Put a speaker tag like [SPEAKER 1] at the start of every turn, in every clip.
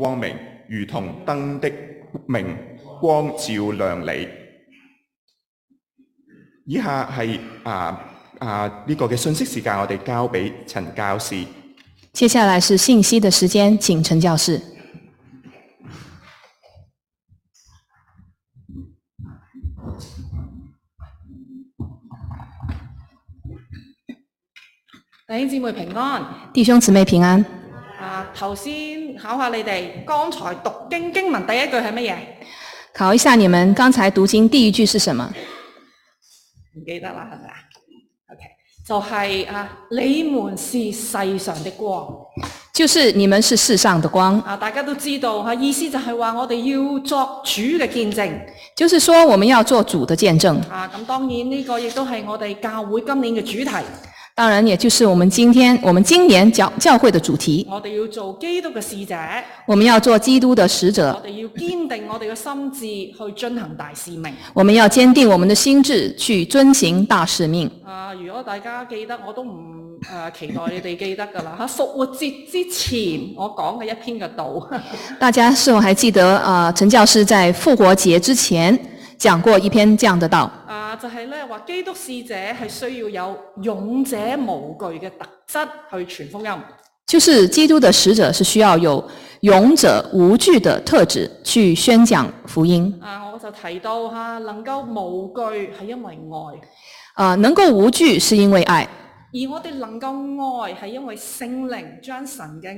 [SPEAKER 1] 光明如同燈的明光照亮你。以下係啊啊呢、個嘅信息時間，我哋交俾陳教士。
[SPEAKER 2] 接下来是信息的时间，请陈教士。
[SPEAKER 3] 弟兄姊妹平安。
[SPEAKER 2] 弟兄姊妹平安。
[SPEAKER 3] 啊，頭先考下你哋，剛才讀經經文第一句係乜嘢？
[SPEAKER 2] 考一下你们刚才读经第一句是什么？
[SPEAKER 3] 唔記得啦，係咪啊？OK，就係、啊，你們是世上的光。
[SPEAKER 2] 就是你们是世上的光。
[SPEAKER 3] 啊，大家都知道嚇、啊意思就係話我哋要作主嘅見證。
[SPEAKER 2] 就是说我们要做主的见证。
[SPEAKER 3] 啊，咁當然呢個亦都係我哋教會今年嘅主題。
[SPEAKER 2] 当然，也就是我们今天我们今年教教会的主题，
[SPEAKER 3] 我哋要做基督嘅使者，
[SPEAKER 2] 我们要做基督的使
[SPEAKER 3] 我
[SPEAKER 2] 者，
[SPEAKER 3] 哋要堅定我哋嘅心志去進行大使命。
[SPEAKER 2] 我们要坚定我们的心智去遵行大使命。
[SPEAKER 3] 啊，如果大家記得，我都唔誒、啊期待你哋記得㗎啦嚇。 復活節之前我講嘅一篇嘅道，
[SPEAKER 2] 大家是否还记得啊、呃陈教师在复活节之前讲过一篇这样的道，
[SPEAKER 3] 啊就係咧話基督使者係需要有勇者無懼嘅特質去傳福音。
[SPEAKER 2] 就是基督的使者是需要有勇者无惧的特质去宣讲福音。
[SPEAKER 3] 啊，我就提到嚇、啊能夠無懼係因為愛，
[SPEAKER 2] 呃，能够无惧是因为爱，
[SPEAKER 3] 而我哋能夠愛係因為聖靈將神嘅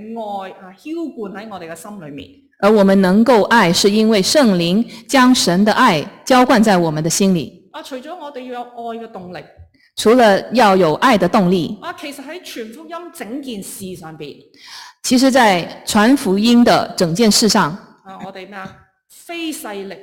[SPEAKER 3] 愛啊澆灌喺我哋嘅心裏面。
[SPEAKER 2] 而我们能够爱是因为圣灵将神的爱浇灌在我们的心里。
[SPEAKER 3] 啊，除咗我哋要有愛嘅動力，
[SPEAKER 2] 除了要有爱的动力，
[SPEAKER 3] 啊，其實喺傳福音整件事上邊。
[SPEAKER 2] 其实，在传福音的整件事上，
[SPEAKER 3] 啊，我哋咩啊？非勢力、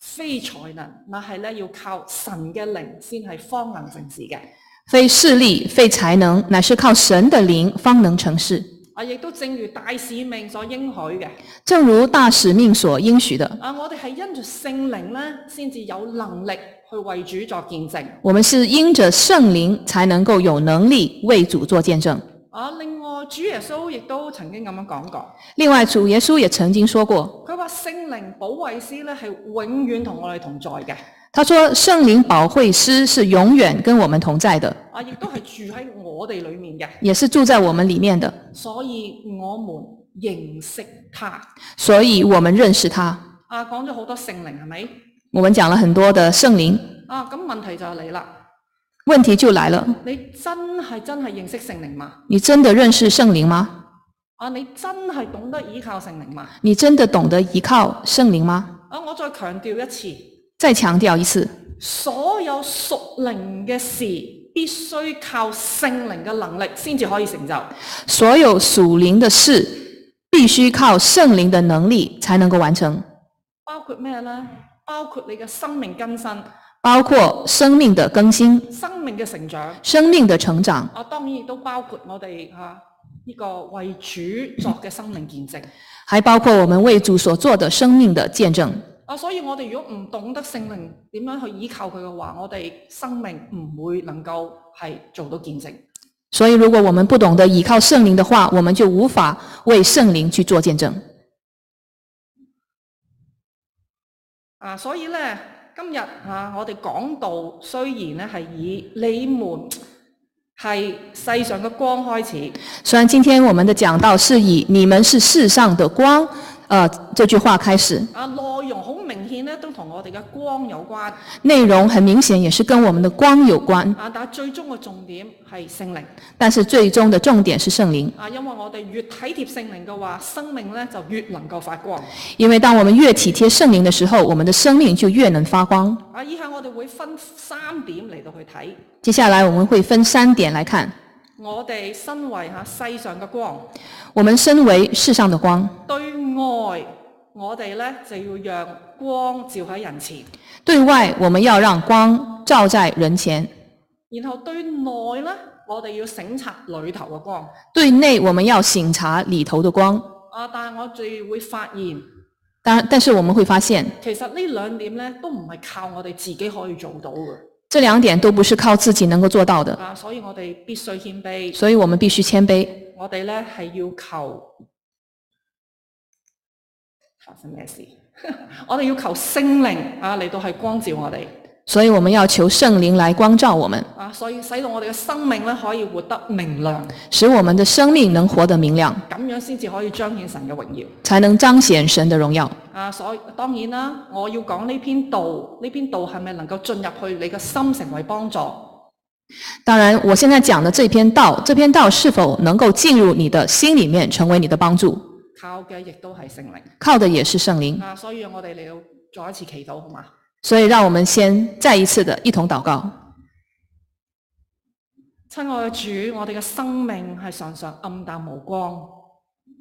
[SPEAKER 3] 非才能，那係咧要靠神嘅靈先係方能成事嘅。
[SPEAKER 2] 非势力、非才能，乃是靠神的灵方能成事。
[SPEAKER 3] 啊，亦都正如大使命所應許嘅，
[SPEAKER 2] 正如大使命所应许的，
[SPEAKER 3] 啊，我哋係因着聖靈咧，先至有能力去為主作見證。
[SPEAKER 2] 我们是因着圣灵才能够有能力为主做见证。
[SPEAKER 3] 啊，另外主耶穌亦都曾經咁樣講過，
[SPEAKER 2] 另外，主耶穌也曾经说过，
[SPEAKER 3] 佢話聖靈保惠師咧係永遠同我哋同在嘅，
[SPEAKER 2] 他说圣灵保惠师是永远跟我们同在的，
[SPEAKER 3] 啊，亦都係住喺我哋裡面嘅，
[SPEAKER 2] 也是住在我们里面的，
[SPEAKER 3] 所以我們認識他。
[SPEAKER 2] 所以我们认识他。
[SPEAKER 3] 啊，講咗好多聖靈係咪？
[SPEAKER 2] 我们講了很多的圣灵，
[SPEAKER 3] 啊，咁問題就係你啦，
[SPEAKER 2] 问题就來了。
[SPEAKER 3] 你真係真係認識聖靈嘛？
[SPEAKER 2] 你真的认识圣灵吗？
[SPEAKER 3] 啊，你真係懂得依靠聖靈嘛？
[SPEAKER 2] 你真的懂得依靠圣灵吗？
[SPEAKER 3] 啊，我再強調一次，
[SPEAKER 2] 再强调一次，
[SPEAKER 3] 所有屬靈嘅事必須靠聖靈嘅能力先至可以成就。
[SPEAKER 2] 所有属灵的事必须靠圣灵的能力才能够完成，
[SPEAKER 3] 包括咩呢？包括你嘅生命更新、
[SPEAKER 2] 包括生命的更新、
[SPEAKER 3] 生命嘅成長。
[SPEAKER 2] 生命的成长，
[SPEAKER 3] 啊，當然亦都包括我哋啊呢、個為主作嘅生命見證。
[SPEAKER 2] 还包括我们为主所做的生命的见证。
[SPEAKER 3] 啊，所以我哋如果唔懂得聖靈點樣去依靠佢嘅話，我哋生命唔會能夠係做到見證。
[SPEAKER 2] 所以，如果我们不懂得依靠圣灵的话，我们就无法为圣灵去做见证。
[SPEAKER 3] 啊，所以咧，今日啊，我哋講道雖然咧係以你們係世上嘅光開始，
[SPEAKER 2] 虽然今天我们的讲道是以“你们是世上的光”呃这句话开始，
[SPEAKER 3] 啊內容好明顯咧都同我哋嘅光有關，
[SPEAKER 2] 内容很明显也是跟我们的光有关，
[SPEAKER 3] 啊，但係最終嘅重點係聖靈，
[SPEAKER 2] 但是最终的重點是圣灵，
[SPEAKER 3] 啊，因為我哋越體貼聖靈嘅話，生命咧就越能夠發光。
[SPEAKER 2] 因为当我们越体贴圣灵的时候，我们的生命就越能发光。
[SPEAKER 3] 啊，以下我哋會分三點嚟到去睇。
[SPEAKER 2] 接下来我们会分三点来看：
[SPEAKER 3] 我哋身為嚇世上嘅光，
[SPEAKER 2] 我们身为世上的光，
[SPEAKER 3] 對外我哋咧就要讓光照喺人前，
[SPEAKER 2] 对外我们要让光照在人前，
[SPEAKER 3] 然後對內咧我哋要省察裏頭嘅光。
[SPEAKER 2] 对内我们要醒察里头的光。
[SPEAKER 3] 啊，但係我哋會發現，
[SPEAKER 2] 当然，但是我们会发现，
[SPEAKER 3] 其實呢兩點咧都唔係靠我哋自己可以做到嘅。
[SPEAKER 2] 这两点都不是靠自己能够做到的，
[SPEAKER 3] 啊，所以我哋必須謙卑，
[SPEAKER 2] 所以我们必须谦卑。
[SPEAKER 3] 我哋咧係要求發生咩事？ 我哋要求聖靈啊嚟到係光照我哋
[SPEAKER 2] 所以我们要求圣灵来光照我们，
[SPEAKER 3] 啊，所以使到我哋嘅生命咧可以活得明亮，
[SPEAKER 2] 使我们的生命能活得明亮，
[SPEAKER 3] 咁樣先至可以彰顯神嘅榮耀
[SPEAKER 2] 才能彰显神的荣耀。
[SPEAKER 3] 啊。所以當然啦，我要講呢篇道，呢篇道係咪能夠進入去你嘅心成為幫助？
[SPEAKER 2] 当然，我现在讲的这篇道，这篇道是否能够进入你的心里面，成为你的帮助，
[SPEAKER 3] 靠嘅亦都係聖靈
[SPEAKER 2] 靠的也是圣灵。
[SPEAKER 3] 啊，所以我哋嚟到再一次祈禱好嘛？
[SPEAKER 2] 所以，让我们先再一次的一同祷告。
[SPEAKER 3] 親愛嘅主，我哋嘅生命係常常暗淡無光，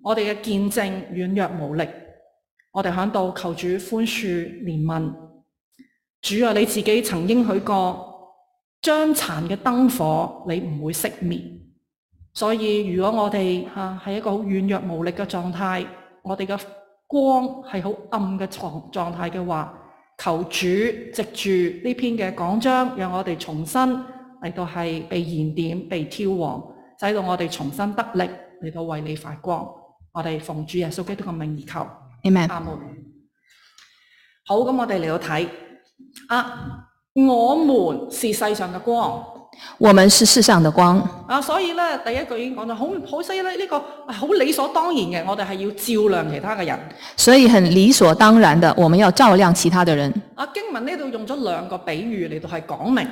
[SPEAKER 3] 我哋嘅見證軟弱無力，我哋響度求主寬恕憐憫。主啊，你自己曾應許過，將殘嘅燈火你唔會熄滅，所以如果我哋嚇係一個好軟弱無力嘅狀態，我哋嘅光係好暗嘅狀狀態嘅話，求主藉住呢篇嘅講章，讓我哋重新嚟到係被燃點、被挑旺，使到我哋重新得力嚟到為你發光。我哋奉主耶穌基督嘅名而求。
[SPEAKER 2] Amen。
[SPEAKER 3] 阿門。好，咁我哋嚟到睇啊，我們是世上嘅光
[SPEAKER 2] 我们是世上的光，
[SPEAKER 3] 啊，所以咧第一句已經講咗，好好犀利呢個啊好理所當然嘅，我哋係要照亮其他嘅人
[SPEAKER 2] 所以很理所当然的，我们要照亮其他的人。
[SPEAKER 3] 啊。經文呢度用咗兩個比喻嚟到係講明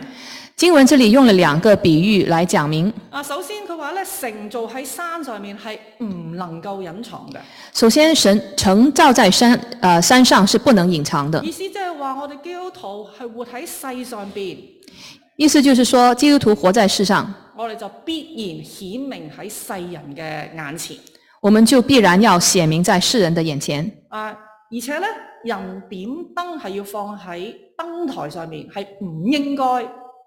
[SPEAKER 2] 经文这里用了两个比喻来講明。
[SPEAKER 3] 啊。首先佢話咧，城造喺山上面係唔能夠隱藏嘅，
[SPEAKER 2] 首先，神城照在山呃山上是不能隐藏的，
[SPEAKER 3] 意思即係話我哋基督徒係活喺世上邊，
[SPEAKER 2] 意思就是说，基督徒活在世上，
[SPEAKER 3] 我哋就必然顯明喺世人嘅眼前。
[SPEAKER 2] 我们就必然要显明在世人的眼前，
[SPEAKER 3] 啊，而且咧，人點燈係要放喺燈台上面，係唔應該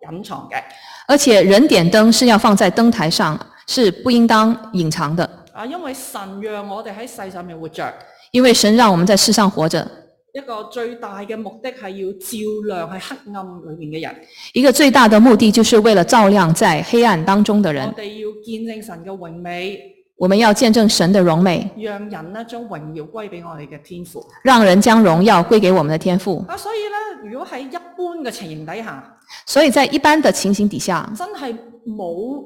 [SPEAKER 3] 隱藏嘅。
[SPEAKER 2] 而且人点灯是要放在灯台上，是不应当隐藏的，
[SPEAKER 3] 啊，因為神讓我哋喺世上面活着，
[SPEAKER 2] 因为神让我们在世上活着，
[SPEAKER 3] 一個最大嘅目的係要照亮喺黑暗裏面嘅人。
[SPEAKER 2] 一个最大的目的就是为了照亮在黑暗当中的人
[SPEAKER 3] 我。哋要見證神嘅榮美，
[SPEAKER 2] 我们要见证神的荣美，
[SPEAKER 3] 讓人咧將榮耀歸俾我哋嘅天父。
[SPEAKER 2] 让人将荣耀归给我们的天父。
[SPEAKER 3] 啊，所以咧，如果喺一般嘅情形底下，
[SPEAKER 2] 所以在一般的情形底下，
[SPEAKER 3] 真係冇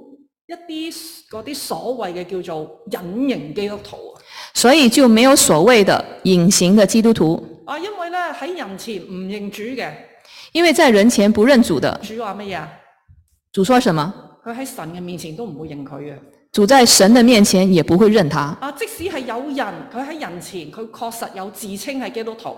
[SPEAKER 3] 一啲嗰啲所謂嘅叫做隱形基督徒啊。
[SPEAKER 2] 所以就没有所谓的隐形的基督徒，
[SPEAKER 3] 啊，因為咧喺人前唔認主嘅，
[SPEAKER 2] 因為在人前不认主的，
[SPEAKER 3] 主話乜嘢啊？
[SPEAKER 2] 主说什么，
[SPEAKER 3] 佢喺神嘅面前都唔會認佢嘅。
[SPEAKER 2] 主在神的面前也不会认他。
[SPEAKER 3] 啊，即使係有人佢喺人前，佢確實有自稱係基督徒。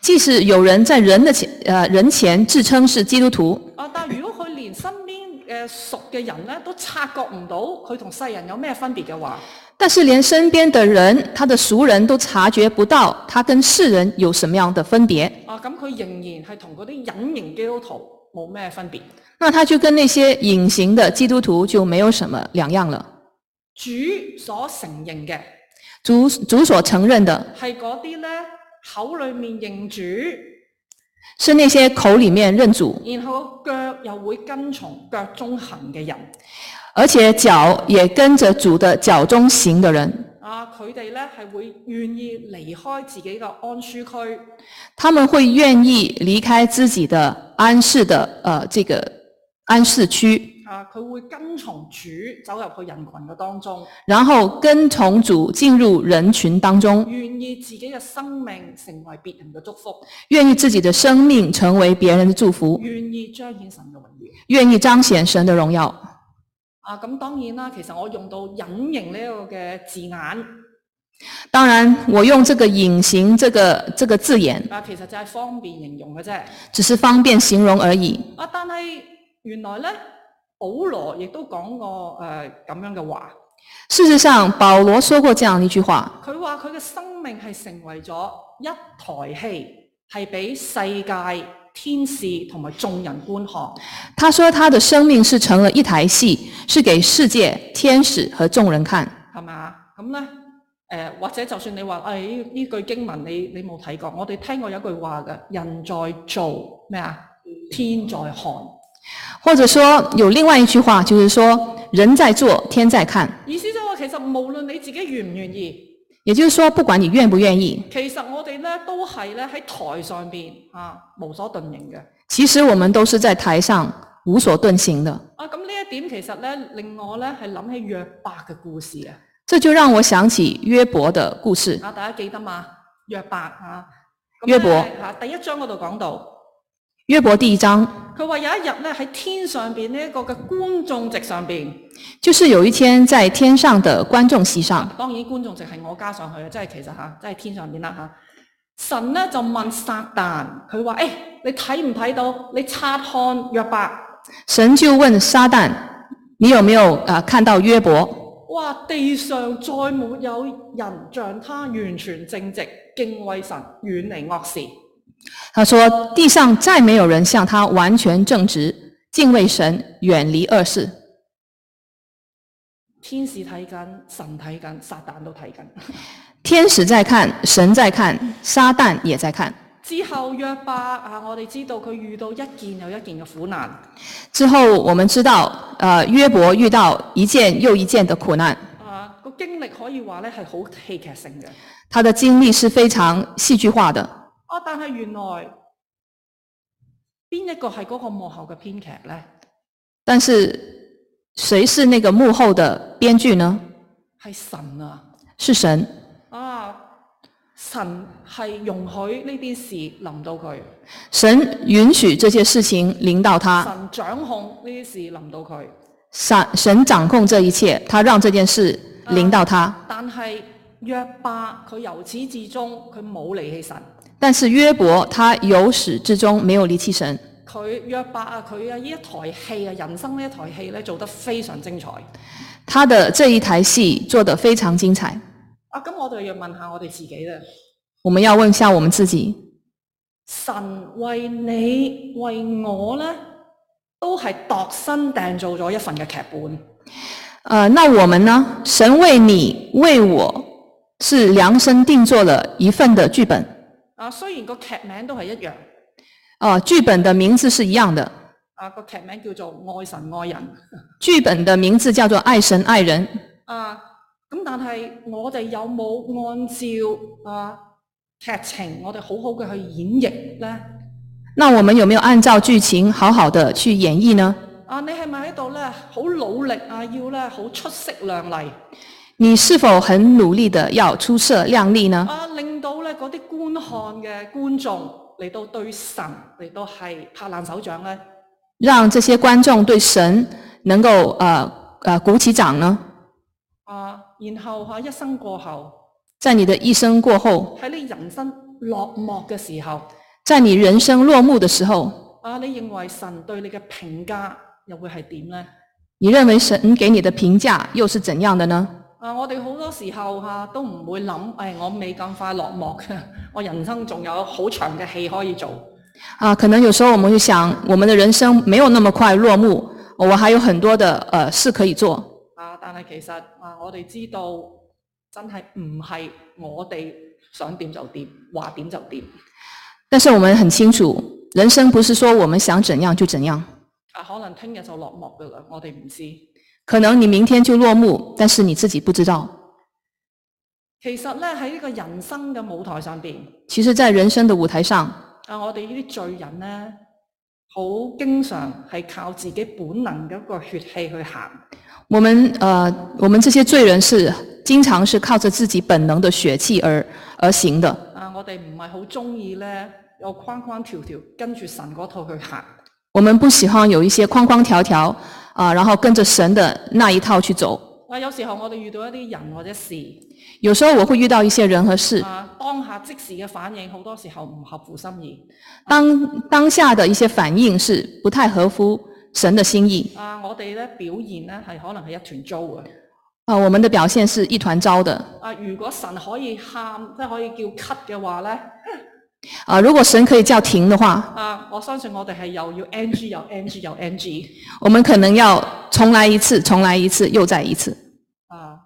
[SPEAKER 2] 即使有人在人的前呃人前自称是基督徒，
[SPEAKER 3] 啊，但係如果佢連身邊嘅熟嘅人咧都察覺唔到佢同世人有咩分別嘅話，
[SPEAKER 2] 但是连身边的人，他的熟人都察觉不到他跟世人有什么样的分别，
[SPEAKER 3] 啊，咁佢仍然係同嗰啲隱形基督徒冇咩分別。
[SPEAKER 2] 那他就跟那些隐形的基督徒就没有什么两样了。
[SPEAKER 3] 主所承認嘅
[SPEAKER 2] 主主所承认的
[SPEAKER 3] 係嗰啲咧口裡面認主，
[SPEAKER 2] 是那些口里面认主，
[SPEAKER 3] 然後腳又會跟從腳中行嘅人。
[SPEAKER 2] 而且脚也跟着主的脚中行的人，
[SPEAKER 3] 啊，佢哋咧係會願意離開自己嘅安舒區，
[SPEAKER 2] 他们会愿意离开自己的安适的呃这个安适区，
[SPEAKER 3] 啊，佢會跟從主走入去人群嘅當中，
[SPEAKER 2] 然后跟从主进入人群当中，
[SPEAKER 3] 願意自己嘅生命成為別人嘅祝福，
[SPEAKER 2] 愿意自己的生命成为别人的祝福，
[SPEAKER 3] 願意彰顯神嘅榮耀。
[SPEAKER 2] 愿意彰显神的荣耀。
[SPEAKER 3] 啊，咁當然啦，其實我用到隱形呢一個嘅字眼，啊，
[SPEAKER 2] 当然，我用这个“隐形”这个这个字眼，
[SPEAKER 3] 其實就係方便形容嘅啫。
[SPEAKER 2] 只是方便形容而已。
[SPEAKER 3] 啊，但係原來咧，保羅亦都講過誒咁、樣嘅話，
[SPEAKER 2] 事实上，保羅说过这样一句话，
[SPEAKER 3] 佢話佢嘅生命係成為咗一台戲，係俾世界、天使同埋眾人觀看。
[SPEAKER 2] 他说他的生命是成了一台戏，是给世界、天使和众人看。
[SPEAKER 3] 係嘛？咁呢，呃或者就算你話誒呢呢句經文你你冇睇過，我哋聽過有一句話嘅，人在做咩啊？天在看。
[SPEAKER 2] 或者说，有另外一句话，就是说人在做，天在看，
[SPEAKER 3] 意思就係話，其實無論你自己願唔願意，
[SPEAKER 2] 也就是说，不管你愿不愿意，
[SPEAKER 3] 其實我哋咧都係咧喺台上邊啊無所遁形嘅。
[SPEAKER 2] 其实我们都是在台上无所遁形的。
[SPEAKER 3] 啊，咁呢一點其實咧令我咧係諗起約伯嘅故事啊！
[SPEAKER 2] 这就让我想起约伯的故事。
[SPEAKER 3] 啊，大家記得嘛？約伯啊，咁
[SPEAKER 2] 約伯
[SPEAKER 3] 呢啊，第一章嗰度講到，
[SPEAKER 2] 约伯第一章，
[SPEAKER 3] 佢話有一日咧喺天上邊呢一個嘅觀眾席上邊，
[SPEAKER 2] 就是有一天在天上的观众席上，
[SPEAKER 3] 當然觀眾席係我加上去嘅，即係其實嚇，即係天上邊啦嚇。神咧就問撒旦，佢話：，誒、你睇唔睇到？你察看約伯，
[SPEAKER 2] 神就问撒旦：“你有没有啊、呃看到约伯？
[SPEAKER 3] 哇！地上再沒有人像他完全正直，敬畏神，遠離惡事。
[SPEAKER 2] 他说：地上再没有人像他完全正直，敬畏神，远离恶事。
[SPEAKER 3] 天使睇緊，神睇緊，撒旦都睇緊。
[SPEAKER 2] 天使在看，神在看，撒旦也在看。
[SPEAKER 3] 之後約伯啊，我哋知道佢遇到一件又一件嘅苦難。
[SPEAKER 2] 之后我们知道，呃，约伯遇到一件又一件的苦難，
[SPEAKER 3] 啊，個經歷可以話咧係好戲劇性嘅。
[SPEAKER 2] 他的經歷是非常戲劇化的。
[SPEAKER 3] 啊，但係原來邊一個係嗰個幕後嘅編劇呢？
[SPEAKER 2] 但是谁是那个幕后的编剧呢？
[SPEAKER 3] 係神啊！
[SPEAKER 2] 是神，
[SPEAKER 3] 啊，神係容許呢啲事臨到佢。
[SPEAKER 2] 神允许这些事情临到他，
[SPEAKER 3] 神掌控呢啲事臨到佢，
[SPEAKER 2] 神神掌控这一切，他让这件事临到他。
[SPEAKER 3] 但係約伯佢由始至終佢冇離棄神，
[SPEAKER 2] 但是约伯他由始至終沒有离弃神，
[SPEAKER 3] 佢約伯啊佢啊呢一台戲啊人生呢一台戲咧做得非常精彩。
[SPEAKER 2] 他的这一台戏做得非常精彩。
[SPEAKER 3] 啊，咁我哋要問下我哋自己啦，
[SPEAKER 2] 我们要问一下我们自己：
[SPEAKER 3] 神為你為我咧，都係度身訂造咗一份嘅劇本。
[SPEAKER 2] 呃，那我们呢？神为你为我是量身定做了一份的剧本，
[SPEAKER 3] 啊，雖然個劇名都係一樣，
[SPEAKER 2] 呃，剧本的名字是一样的，
[SPEAKER 3] 啊個劇名叫做愛神愛人。
[SPEAKER 2] 剧本的名字叫做《爱神爱人》，
[SPEAKER 3] 啊，咁但係我哋有冇按照啊劇情，我哋好好嘅去演繹呢？
[SPEAKER 2] 那我们有没有按照剧情好好的去演绎呢？
[SPEAKER 3] 啊，你係咪喺度呢？好努力啊，要呢好出色亮麗
[SPEAKER 2] 你是否很努力的要出色亮丽呢？
[SPEAKER 3] 啊，令到呢嗰啲觀看嘅觀眾嚟到對神嚟到係拍爛手掌呢？
[SPEAKER 2] 让这些观众对神能够呃呃鼓起掌呢？
[SPEAKER 3] 啊，然後啊一生過後，
[SPEAKER 2] 在你的一生过后，
[SPEAKER 3] 喺你人生落寞嘅時候，
[SPEAKER 2] 在你人生落幕的时候，
[SPEAKER 3] 啊，你認為神對你嘅評價又會係點呢？
[SPEAKER 2] 你认为神给你的評價又是怎樣的呢？
[SPEAKER 3] 啊！我哋好多時候嚇、啊都唔會諗，誒、我未咁快落幕嘅， 我人生仲有好長嘅戲可以做。
[SPEAKER 2] 啊，可能有时候我们会想，我们的人生没有那么快落幕，我还有很多的呃事可以做。
[SPEAKER 3] 啊！但係其實啊，我哋知道真係唔係我哋想點就點，話點就點。
[SPEAKER 2] 但是我们很清楚，人生不是说我们想怎樣就怎樣。
[SPEAKER 3] 啊，可能聽日就落幕㗎啦，我哋唔知。
[SPEAKER 2] 可能你明天就落幕，但是你自己不知道。
[SPEAKER 3] 其實咧喺呢個人生嘅舞台上邊，
[SPEAKER 2] 其实，在人生的舞台上，
[SPEAKER 3] 啊，我哋呢啲罪人咧，好經常係靠自己本能嘅一個血氣去行。
[SPEAKER 2] 我们呃，我们这些罪人是经常是靠着自己本能的血气而而行的。
[SPEAKER 3] 啊，我哋唔係好中意咧，有框框條條跟住神嗰套去行。
[SPEAKER 2] 我们不喜欢有一些框框条条啊、然后跟着神的那一套去走。
[SPEAKER 3] 啊，有時候我哋遇到一啲人或者事，
[SPEAKER 2] 有时候我会遇到一些人和事，
[SPEAKER 3] 啊，當下即時嘅反應好多時候唔合乎心意。
[SPEAKER 2] 当当下的一些反应是不太合乎神的心意
[SPEAKER 3] 啊，我哋咧表現咧係可能係一團糟嘅。
[SPEAKER 2] 啊、我们的表现是一团糟的
[SPEAKER 3] 啊，如果神可以喊，即係可以叫咳嘅話咧，
[SPEAKER 2] 啊、如果神可以叫停的话，
[SPEAKER 3] 啊，我相信我哋係又要 NG 又 NG 又 NG
[SPEAKER 2] 我们可能要重来一次，重来一次，又再一次。
[SPEAKER 3] 啊。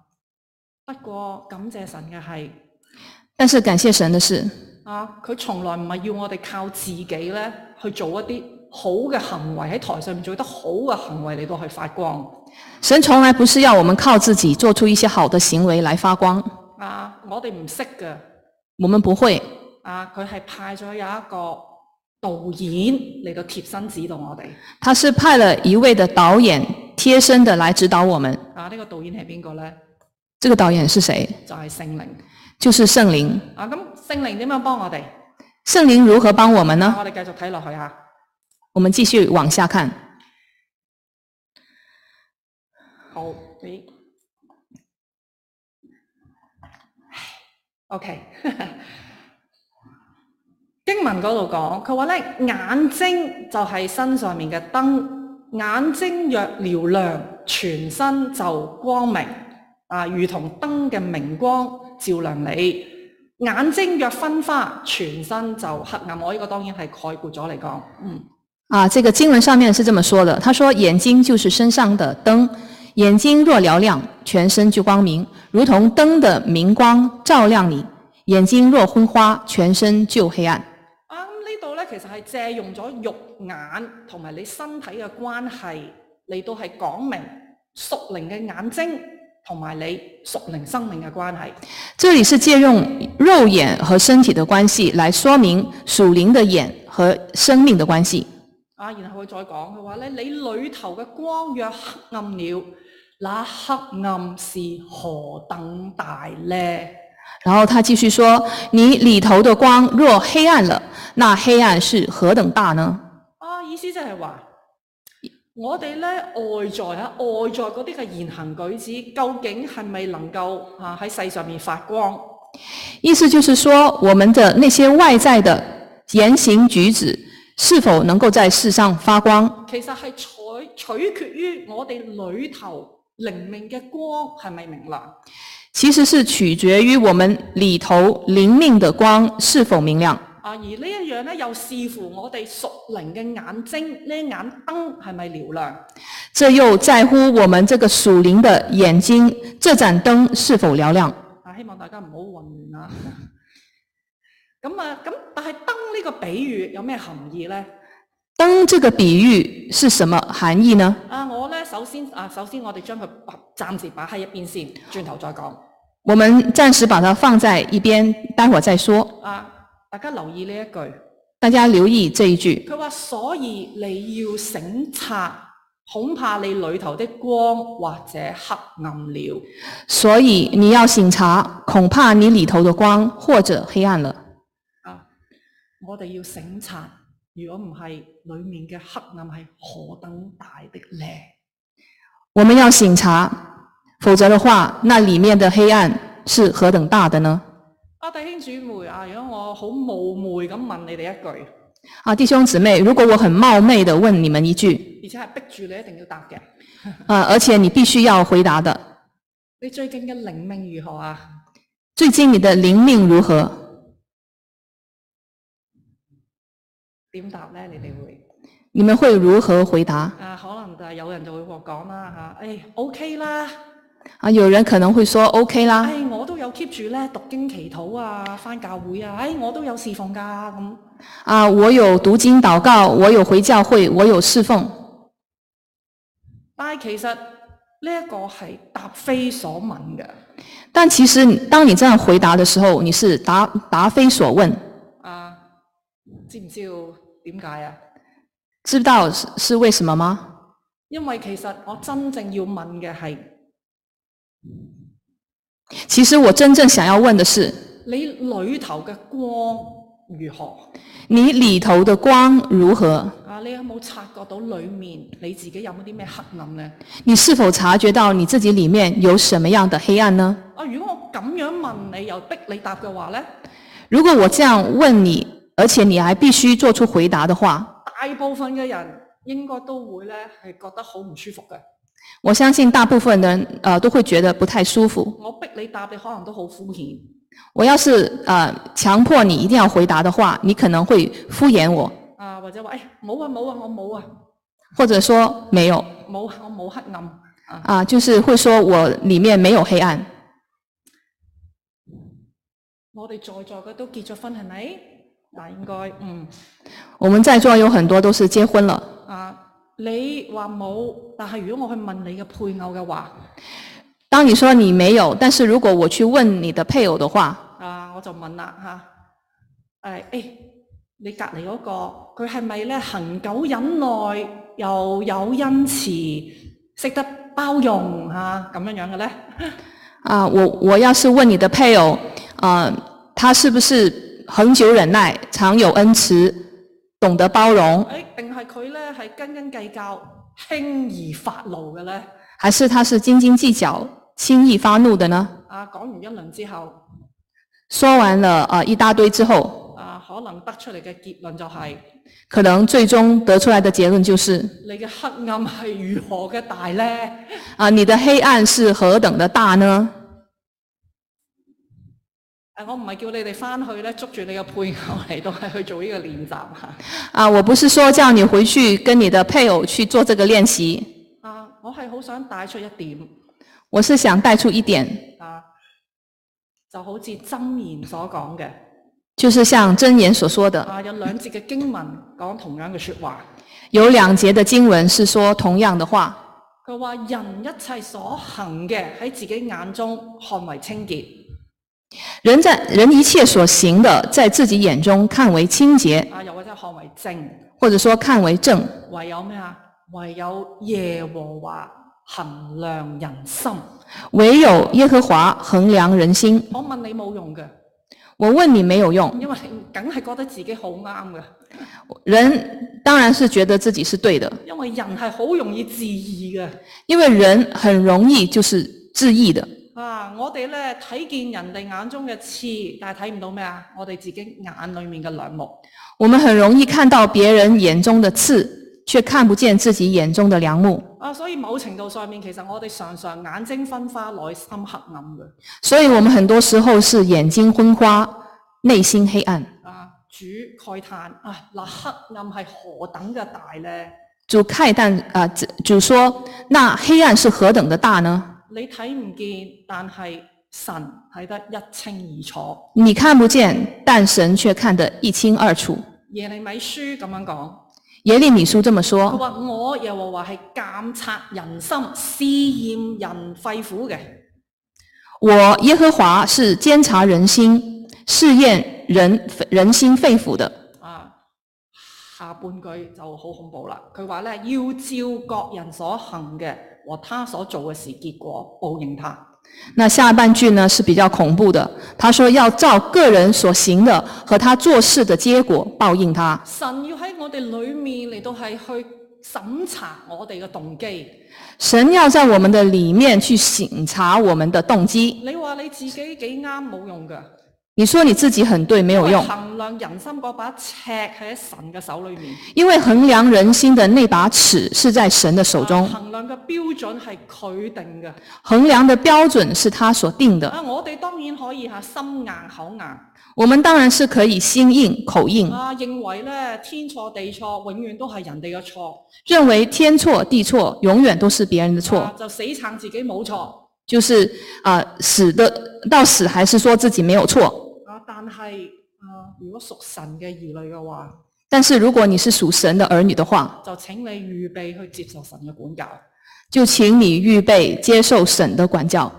[SPEAKER 3] 不過感謝神嘅係
[SPEAKER 2] 但是感謝神的是，
[SPEAKER 3] 啊，佢從來唔係要我哋靠自己咧去做一啲好嘅行為喺台上面做得好嘅行為嚟到去發光
[SPEAKER 2] 神从来不是要我们靠自己做出一些好的行为来发光，
[SPEAKER 3] 啊，我哋唔識嘅
[SPEAKER 2] 我们不会，
[SPEAKER 3] 啊，佢係派咗有一個導演嚟到貼身指導我哋
[SPEAKER 2] 他是派了一位的导演贴身的来指导我们。
[SPEAKER 3] 啊。呢、個導演係邊個呢？
[SPEAKER 2] 这个导演是谁？
[SPEAKER 3] 就係聖靈
[SPEAKER 2] 就是圣灵。
[SPEAKER 3] 啊。咁聖靈點樣幫我哋？
[SPEAKER 2] 圣灵如何帮我们呢？
[SPEAKER 3] 我哋繼續睇落去啊。
[SPEAKER 2] 我们继续往下看。
[SPEAKER 3] 好，咦，OK，經文嗰度講，佢話咧眼睛就係身上面嘅燈，眼睛若瞭亮，全身就光明，啊，如同燈嘅明光照亮你。眼睛若昏花，全身就黑暗。我呢個當然係概括咗嚟講，嗯，
[SPEAKER 2] 啊，这个经文上面是这么说的，他说：“眼睛就是身上的灯，眼睛若嘹亮，全身就光明，如同灯的明光照亮你；眼睛若昏花，全身就黑暗。
[SPEAKER 3] 啊，咁呢度咧，其實係借用咗肉眼同埋你身體嘅關係嚟到係講明屬靈嘅眼睛同埋你屬靈生命嘅關係。”
[SPEAKER 2] 这里是借用肉眼和身体的关系来说明属灵的眼和生命的关系。
[SPEAKER 3] 啊，然後佢再講，佢話咧，你裏頭嘅光若黑暗了，那黑暗是何等大呢？
[SPEAKER 2] 然后他继续说：“你里头的光若黑暗了，那黑暗是何等大呢？”
[SPEAKER 3] 啊，意思就係話，我哋咧外在啊，外在嗰啲嘅言行舉止，究竟係咪能夠啊喺世上面發光？
[SPEAKER 2] 意思就是说，我们的那些外在的言行举止是否能够在世上发光，
[SPEAKER 3] 其實係取取決於我哋裏頭靈命嘅光係咪明亮。
[SPEAKER 2] 其实是取决于我们里头灵命的光是否明亮。
[SPEAKER 3] 啊，而呢一樣咧，又視乎我哋屬靈嘅眼睛呢一眼燈係咪嘹亮。
[SPEAKER 2] 这又在乎我们这个属灵的眼睛，这盏灯是否嘹亮。
[SPEAKER 3] 啊，希望大家唔好混亂啊。 咁啊，咁但係燈呢個比喻有咩含義呢？
[SPEAKER 2] 灯这个比喻是什么含义呢？
[SPEAKER 3] 啊，我咧首先啊，首先我哋將佢擺暫時擺喺一邊先，轉頭再講。
[SPEAKER 2] 我们暂时把它放在一边，待会儿再说。
[SPEAKER 3] 啊，大家留意呢一句。
[SPEAKER 2] 大家留意这一句。
[SPEAKER 3] 佢話：所以你要省察，恐怕你裏頭的光或者黑暗了。
[SPEAKER 2] 所以你要醒察，恐怕你里头的光或者黑暗了。
[SPEAKER 3] 啊，我哋要省察，如果唔係，裡面嘅黑暗係何等大的呢？
[SPEAKER 2] 我们要醒察，否则的话，那里面的黑暗是何等大的呢？
[SPEAKER 3] 啊，弟兄姊妹啊，如果我好冒昧咁問你哋一句，
[SPEAKER 2] 啊，弟兄姊妹，如果我很冒昧地问你们一句，
[SPEAKER 3] 而且係逼住你一定要答嘅，
[SPEAKER 2] 啊，而且你必须要回答的，
[SPEAKER 3] 你最近嘅靈命如何啊？
[SPEAKER 2] 最近你的灵命如何？
[SPEAKER 3] 點答呢？你哋會？
[SPEAKER 2] 你们会如何回答？
[SPEAKER 3] 啊，可能就係有人就會講啦嚇，誒、OK 啦。
[SPEAKER 2] 啊，有人可能会说 OK 啦，
[SPEAKER 3] 唉，我都有 keep 住咧讀經祈禱啊，翻教會啊，唉，我都有侍奉㗎咁。
[SPEAKER 2] 啊，我有读经祷告，我有回教会，我有侍奉。
[SPEAKER 3] 但係其實呢一個係答非所問嘅。
[SPEAKER 2] 但其实你当你这样回答的时候，你是答答非所问，
[SPEAKER 3] 啊，知唔知道點解啊？
[SPEAKER 2] 知道是是为什么吗？
[SPEAKER 3] 因為其實我真正要問嘅係
[SPEAKER 2] 其实我真正想要问的是，
[SPEAKER 3] 你裏頭嘅光如何
[SPEAKER 2] 你里头的光如何？
[SPEAKER 3] 啊？你有冇察覺到裡面你自己有冇啲咩黑暗呢？
[SPEAKER 2] 你是否察觉到你自己里面有什么样的黑暗呢？
[SPEAKER 3] 啊，如果我咁樣問你又逼你答嘅話呢，
[SPEAKER 2] 如果我这样问你，而且你还必须做出回答的话，
[SPEAKER 3] 大部分嘅人應該都會咧係覺得好唔舒服嘅。
[SPEAKER 2] 我相信大部分人呃都会觉得不太舒服。
[SPEAKER 3] 我逼你答，你可能都好敷衍。
[SPEAKER 2] 我要是呃强迫你一定要回答的话，你可能会敷衍我，
[SPEAKER 3] 啊，或者話誒冇啊冇啊，我冇啊
[SPEAKER 2] 或者说没有
[SPEAKER 3] 冇啊我冇黑暗啊。
[SPEAKER 2] 啊、就是会说我里面没有黑暗。
[SPEAKER 3] 我哋在座嘅都結咗婚係咪？嗱，應該嗯
[SPEAKER 2] 我们在座有很多都是结婚了，
[SPEAKER 3] 啊，你話冇，但係如果我去問你嘅配偶嘅話，
[SPEAKER 2] 当你说你没有，但是如果我去问你的配偶的话，
[SPEAKER 3] 啊，我就問啦嚇，誒、誒，你隔離嗰個佢係咪咧恒久忍耐，又有恩慈，識得包容嚇咁、樣樣嘅咧？
[SPEAKER 2] 啊，我我要是问你的配偶，啊，他是不是恒久忍耐、常有恩慈、懂得包容
[SPEAKER 3] 誒、，哎定係佢咧係斤斤計較、輕易發怒嘅咧？
[SPEAKER 2] 还是他是斤斤计较、轻易发怒的呢？
[SPEAKER 3] 啊，講完一輪之後，
[SPEAKER 2] 说完了啊一大堆之后，
[SPEAKER 3] 啊，可能得出嚟嘅結論就係、
[SPEAKER 2] 可能最终得出来的结论就是
[SPEAKER 3] 你嘅黑暗係如何嘅大咧？
[SPEAKER 2] 啊，你的黑暗是何等的大呢？
[SPEAKER 3] 誒、啊我唔係叫你哋翻去咧捉住你嘅配偶嚟到係去做呢個練習嚇。
[SPEAKER 2] 啊，我不是说叫你回去跟你的配偶去做这个练习，
[SPEAKER 3] 啊，我係好想帶出一點
[SPEAKER 2] 我是想带出一点，
[SPEAKER 3] 啊，就好似箴言所講嘅
[SPEAKER 2] 就是像箴言所说的，
[SPEAKER 3] 啊，有兩節嘅經文講同樣嘅説話。
[SPEAKER 2] 有两节的经文是说同样的话。
[SPEAKER 3] 佢話人一切所行嘅喺自己眼中看為清潔
[SPEAKER 2] 人在人一切所行的，在自己眼中看为清洁，
[SPEAKER 3] 啊，又或者看為正，
[SPEAKER 2] 或者说看为正，
[SPEAKER 3] 唯有咩啊？唯有耶和華衡量人心。
[SPEAKER 2] 唯有耶和华衡量人心。
[SPEAKER 3] 我問你冇用嘅，
[SPEAKER 2] 我问你没有用，
[SPEAKER 3] 因為你梗係覺得自己好啱嘅，
[SPEAKER 2] 人当然是觉得自己是对的，
[SPEAKER 3] 因為人係好容易自義嘅。
[SPEAKER 2] 因为人很容易就是自义的。
[SPEAKER 3] 啊！我哋咧睇見人哋眼中嘅刺，但係睇唔到咩啊？我哋自己眼裏面嘅梁木。
[SPEAKER 2] 我们很容易看到别人眼中的刺，却看不见自己眼中的良木。
[SPEAKER 3] 啊，所以某程度上面，其實我哋常常眼睛昏花，內心黑暗嘅。
[SPEAKER 2] 所以，我们很多时候是眼睛昏花，内心黑暗。
[SPEAKER 3] 啊，主慨嘆啊，嗱黑暗係何等嘅大呢？
[SPEAKER 2] 主慨叹啊，主主说：“那黑暗是何等的大呢？
[SPEAKER 3] 你睇唔見，但係神睇得一清二楚。
[SPEAKER 2] 你看不见，但神却看得一清二楚。
[SPEAKER 3] 耶利米書咁樣講，”
[SPEAKER 2] 耶利米书这么
[SPEAKER 3] 佢
[SPEAKER 2] 说
[SPEAKER 3] 話：我耶和華係監察人心、試驗人肺腑嘅。：“
[SPEAKER 2] 我耶和华是监察人心，试验人人心肺腑的。”
[SPEAKER 3] 啊，下半句就好恐怖啦。佢話咧，要照各人所行嘅和他所做嘅事結果報應他。
[SPEAKER 2] 那下半句呢是比较恐怖的，他说要照个人所行的和他做事的结果报应他。
[SPEAKER 3] 神要喺我哋裏面嚟到係去審查我哋嘅動機。
[SPEAKER 2] 神要在我们的里面去审查我们的动机。
[SPEAKER 3] 你話你自己幾啱冇用㗎，
[SPEAKER 2] 你说你自己很对没有
[SPEAKER 3] 因為
[SPEAKER 2] 用，
[SPEAKER 3] 衡量人心嗰把尺喺神嘅手裏面，
[SPEAKER 2] 因为衡量人心的那把尺是在神的手
[SPEAKER 3] 啊
[SPEAKER 2] 中，
[SPEAKER 3] 衡量嘅標準係佢定嘅。
[SPEAKER 2] 衡量的标准是他所定的。
[SPEAKER 3] 啊，我哋當然可以嚇心硬口硬啊，
[SPEAKER 2] 我们当然是可以心硬口硬，
[SPEAKER 3] 認為咧天錯地錯，永遠都係人哋嘅錯。
[SPEAKER 2] 认为天错地错，永远都是别人的错
[SPEAKER 3] 啊，就死撐自己冇錯
[SPEAKER 2] 就是啊、死的到死还是说自己没有错。
[SPEAKER 3] 啊！但係啊，如果屬神嘅兒女嘅話，
[SPEAKER 2] 但是如果你是属神的儿女的话，
[SPEAKER 3] 就請你預備去接受神嘅管教。
[SPEAKER 2] 就请你预备接受神的管教。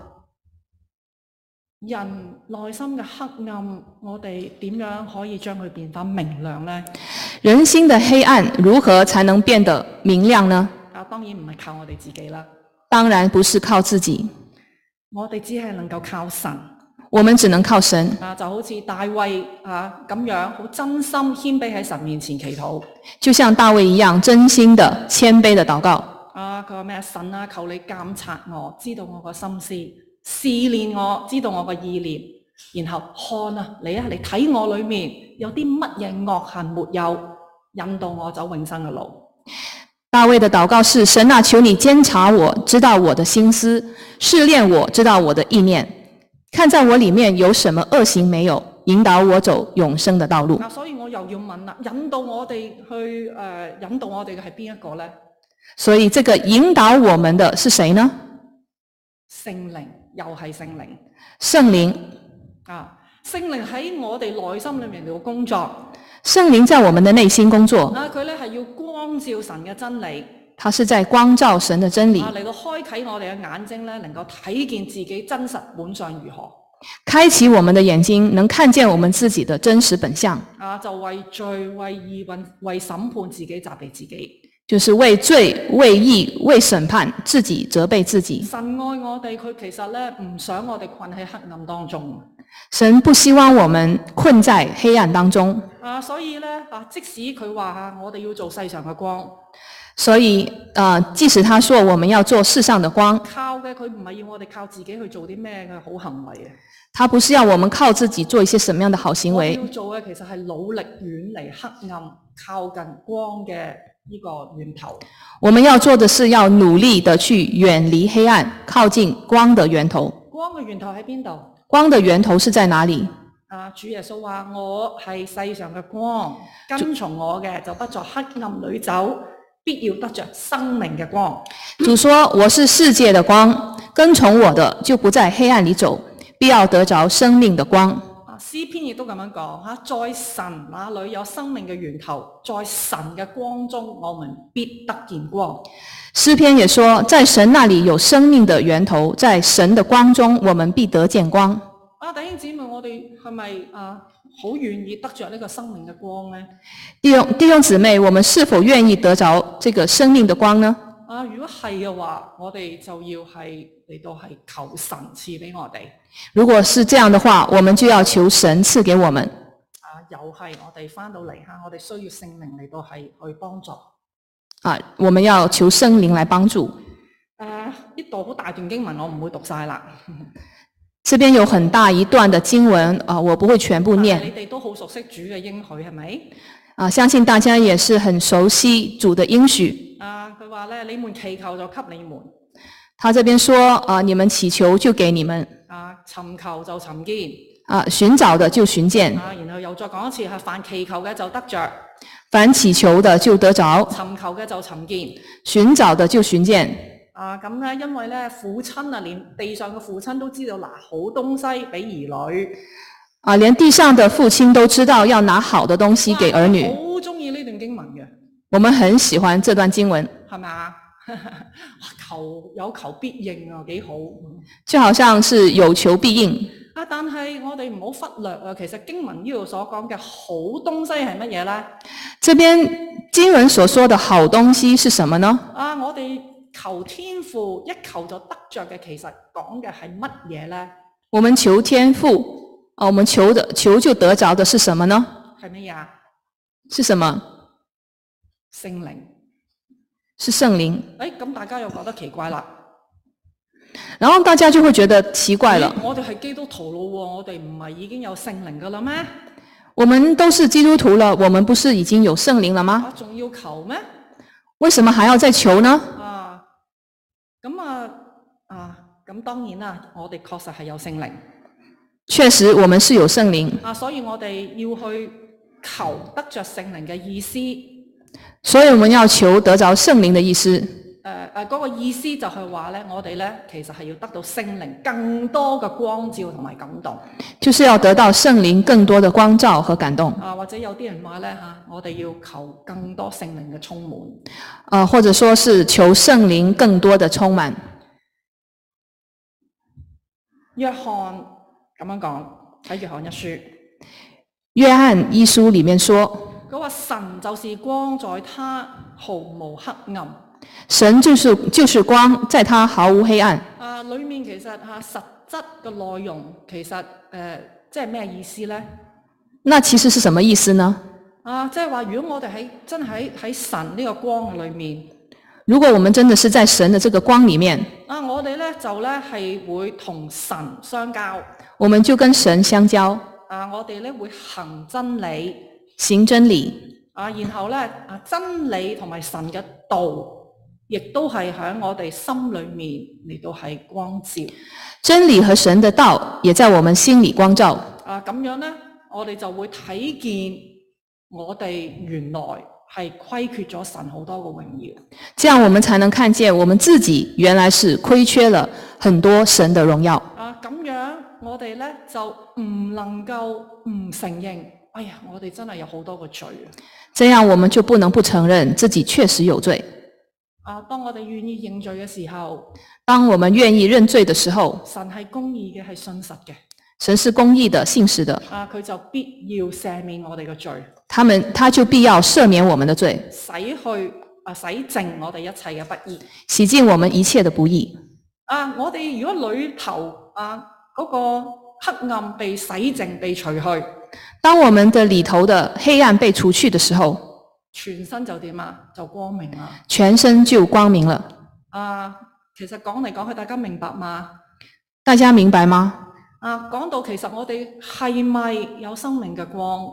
[SPEAKER 3] 人內心嘅黑暗，我哋點樣可以將佢變翻明亮呢？
[SPEAKER 2] 人心的黑暗如何才能变得明亮呢？
[SPEAKER 3] 啊，當然唔係靠我哋自己啦，
[SPEAKER 2] 当然不是靠自己，
[SPEAKER 3] 我哋只係能夠靠神
[SPEAKER 2] 我们只能靠神。
[SPEAKER 3] 啊！就好似大衛啊咁樣，好真心謙卑喺神面前祈禱
[SPEAKER 2] 就像大卫一样，真心的、谦卑的祷告。
[SPEAKER 3] 啊！佢話咩啊？神啊，求你監察我，知道我個心思，試煉我，知道我個意念。然後看啊，你啊，你睇我裏面有啲乜嘢惡行沒有，引導我走永生嘅路。
[SPEAKER 2] 大卫的祷告是：神啊，求你监察我，知道我的心思，试炼我，知道我的意念，看在我里面有什么恶行没有，引导我走永生的道路。
[SPEAKER 3] 啊，所以我又要問啦，引導我哋去誒、呃引導我哋嘅係邊一個呢？
[SPEAKER 2] 所以，这个引导我们的是谁呢？
[SPEAKER 3] 聖靈又係聖靈
[SPEAKER 2] 圣灵。
[SPEAKER 3] 啊！聖靈喺我哋內心裏面嘅工作
[SPEAKER 2] 圣灵在我们的内心工作，
[SPEAKER 3] 啊，佢咧係要光照神嘅真理
[SPEAKER 2] 他是在光照神的真理
[SPEAKER 3] 啊，，嚟到開啟我哋嘅眼睛咧，能夠睇見自己真實本相如何。
[SPEAKER 2] 开启我们的眼睛，能看见我们自己的真实本相，
[SPEAKER 3] 啊，就為罪、為義、為為審判自己責備自己。
[SPEAKER 2] 就是为罪、为义、为审判自己责备自己。
[SPEAKER 3] 神愛我哋，佢其實咧唔想我哋困喺黑暗當中。
[SPEAKER 2] 神不希望我们困在黑暗当中，
[SPEAKER 3] 啊，所以咧啊，即使佢話啊，我哋要做世上嘅光，
[SPEAKER 2] 所以呃，即使他说我们要做世上的光，
[SPEAKER 3] 靠嘅佢唔係要我哋靠自己去做啲咩嘅好行為啊嘅。
[SPEAKER 2] 他不是要我们靠自己做一些什么样的好行
[SPEAKER 3] 我
[SPEAKER 2] 为
[SPEAKER 3] 哋，要做嘅其實係努力遠離黑暗，靠近光嘅呢個源頭。
[SPEAKER 2] 我们要做的是要努力的去远离黑暗，靠近光的源头。
[SPEAKER 3] 光嘅源頭喺邊度？
[SPEAKER 2] 光的源头是在哪里？
[SPEAKER 3] 啊！主耶穌話：我係世上嘅光，跟從我嘅就不在黑暗裏走，必要得着生命嘅光。
[SPEAKER 2] 主说：“我是世界的光，跟从我的就不在黑暗里走，必要得着生命的光。
[SPEAKER 3] 啊，詩篇亦都咁樣講嚇，在神那裏有生命嘅源頭，在神嘅光中，我們必得見光。”
[SPEAKER 2] 诗篇也说，在神那里有生命的源头，在神的光中，我们必得见光。
[SPEAKER 3] 啊，弟兄姊妹，我哋係咪啊好願意得着呢個生命嘅光呢？
[SPEAKER 2] 弟兄弟兄姊妹，我们是否愿意得着这个生命的光呢？
[SPEAKER 3] 啊，如果係嘅話，我哋就要係嚟到係求神賜俾我哋。
[SPEAKER 2] 如果是这样的话，我们就要求神赐给我们。
[SPEAKER 3] 啊，又係我哋翻到嚟嚇，我哋需要聖靈嚟到係去幫助。
[SPEAKER 2] 啊，我们要求圣灵来帮助。
[SPEAKER 3] 誒啊呢度好大段經文，我唔會讀晒啦。
[SPEAKER 2] 这边有很大一段的经文啊，我不会全部
[SPEAKER 3] 但係
[SPEAKER 2] 念
[SPEAKER 3] 你哋都好熟悉主嘅應許係咪？
[SPEAKER 2] 啊，相信大家也是很熟悉主的应许。
[SPEAKER 3] 啊，佢話咧，你們祈求就給你們，
[SPEAKER 2] 他这边说啊，你们祈求就给你们
[SPEAKER 3] 啊，尋求就尋見，
[SPEAKER 2] 啊，尋找的就尋见，
[SPEAKER 3] 啊，然後又再講一次，係凡祈求嘅就得着，
[SPEAKER 2] 凡祈求的就得着，
[SPEAKER 3] 尋求嘅就尋見。
[SPEAKER 2] 尋找的就尋见。
[SPEAKER 3] 啊，咁咧，因為咧，父親啊，連地上嘅父親都知道拿好東西俾兒女。
[SPEAKER 2] 啊，连地上的父亲都知道要拿好的东西给儿
[SPEAKER 3] 哇
[SPEAKER 2] 女。
[SPEAKER 3] 好中意呢段經文嘅，
[SPEAKER 2] 我们很喜欢这段经文，
[SPEAKER 3] 係咪啊？ 哇求有求必應啊，幾好。
[SPEAKER 2] 就好像是有求必应。
[SPEAKER 3] 啊！但係我哋唔好忽略啊，其實經文呢度所講嘅好東西係乜嘢呢？
[SPEAKER 2] 这边经文所说的好东西是什么呢？
[SPEAKER 3] 啊！我哋求天父一求就得着嘅，其實講嘅係乜嘢呢？
[SPEAKER 2] 我们求天赋啊，我们求的求就得着的是什么呢？
[SPEAKER 3] 係乜嘢啊？
[SPEAKER 2] 是什么？
[SPEAKER 3] 聖靈。
[SPEAKER 2] 是聖靈。
[SPEAKER 3] 誒、咁大家又覺得奇怪啦。
[SPEAKER 2] 然后大家就会觉得奇怪了，
[SPEAKER 3] 咦我哋係基督徒咯喎，我哋唔係已經有聖靈㗎啦咩？
[SPEAKER 2] 啊我们都是基督徒了，我们不是已经有聖靈了吗？
[SPEAKER 3] 啊，仲要求咩？
[SPEAKER 2] 为什么還要再求呢？
[SPEAKER 3] 啊，咁啊啊，咁當然啦，我哋確實係有聖靈
[SPEAKER 2] 確實，我们是有聖靈，
[SPEAKER 3] 啊，所以我哋要去求得着聖靈嘅意思。
[SPEAKER 2] 所以我们要求得着聖靈的意思。
[SPEAKER 3] 誒誒嗰個意思就係話咧，我哋咧其實係要得到聖靈更多嘅光照同埋感動
[SPEAKER 2] 就是要得到聖靈更多的光照和感动，
[SPEAKER 3] 啊，或者有啲人話咧嚇，我哋要求更多聖靈嘅充滿
[SPEAKER 2] 呃，或者说是求聖靈更多的充滿。
[SPEAKER 3] 約翰咁樣講喺約翰一書，
[SPEAKER 2] 約翰一書里面說
[SPEAKER 3] 佢話神就是光，在他毫無黑暗。：“
[SPEAKER 2] 神就是就是光，在他毫無黑暗。
[SPEAKER 3] 啊，裡面其實嚇、啊、實質嘅內容其實誒、呃即係咩意思咧？”
[SPEAKER 2] 那其實是什麼意思呢？
[SPEAKER 3] 啊，即係話如果我哋喺真係喺喺神呢個光嘅裏面。
[SPEAKER 2] 如果我们真的是在神的这个光里面，
[SPEAKER 3] 啊，我哋咧就咧係會同神相交，
[SPEAKER 2] 我們就跟神相交，
[SPEAKER 3] 啊，我哋咧會行真理，
[SPEAKER 2] 行真理。
[SPEAKER 3] 啊，然後咧啊真理同埋神嘅道，亦都係喺我哋心裏面嚟到係光照，
[SPEAKER 2] 真理和神的道也在我們心里光照，
[SPEAKER 3] 啊咁樣咧，我哋就會睇見我哋原來係虧缺咗神好多嘅榮耀，
[SPEAKER 2] 這樣我們才能看見我們自己原來是虧缺了很多神的榮耀。
[SPEAKER 3] 啊咁樣我哋咧就唔能夠唔承認，哎呀，我哋真係有好多個罪啊！
[SPEAKER 2] 这样我们就不能不承认自己确实有罪。
[SPEAKER 3] 啊，當我哋願意認罪嘅時候，
[SPEAKER 2] 当我们愿意認罪的时候，
[SPEAKER 3] 神係公義嘅，係信實嘅。
[SPEAKER 2] 神是公义的、信实的，
[SPEAKER 3] 啊，佢就必要赦免我哋嘅罪，
[SPEAKER 2] 他们他就必要赦免我们的罪，
[SPEAKER 3] 洗去啊洗淨我哋一切嘅不義。
[SPEAKER 2] 洗净我们一切的不义。
[SPEAKER 3] 啊，我哋如果裏頭啊嗰、個黑暗被洗淨、被除去，
[SPEAKER 2] 当我们的里头的黑暗被除去的时候，
[SPEAKER 3] 全身就點啊？就光明啦。
[SPEAKER 2] 全身就光明了。
[SPEAKER 3] 啊，其實講嚟講去，大家明白嘛？
[SPEAKER 2] 大家明白吗？
[SPEAKER 3] 啊，講到其實我哋係咪有生命嘅光？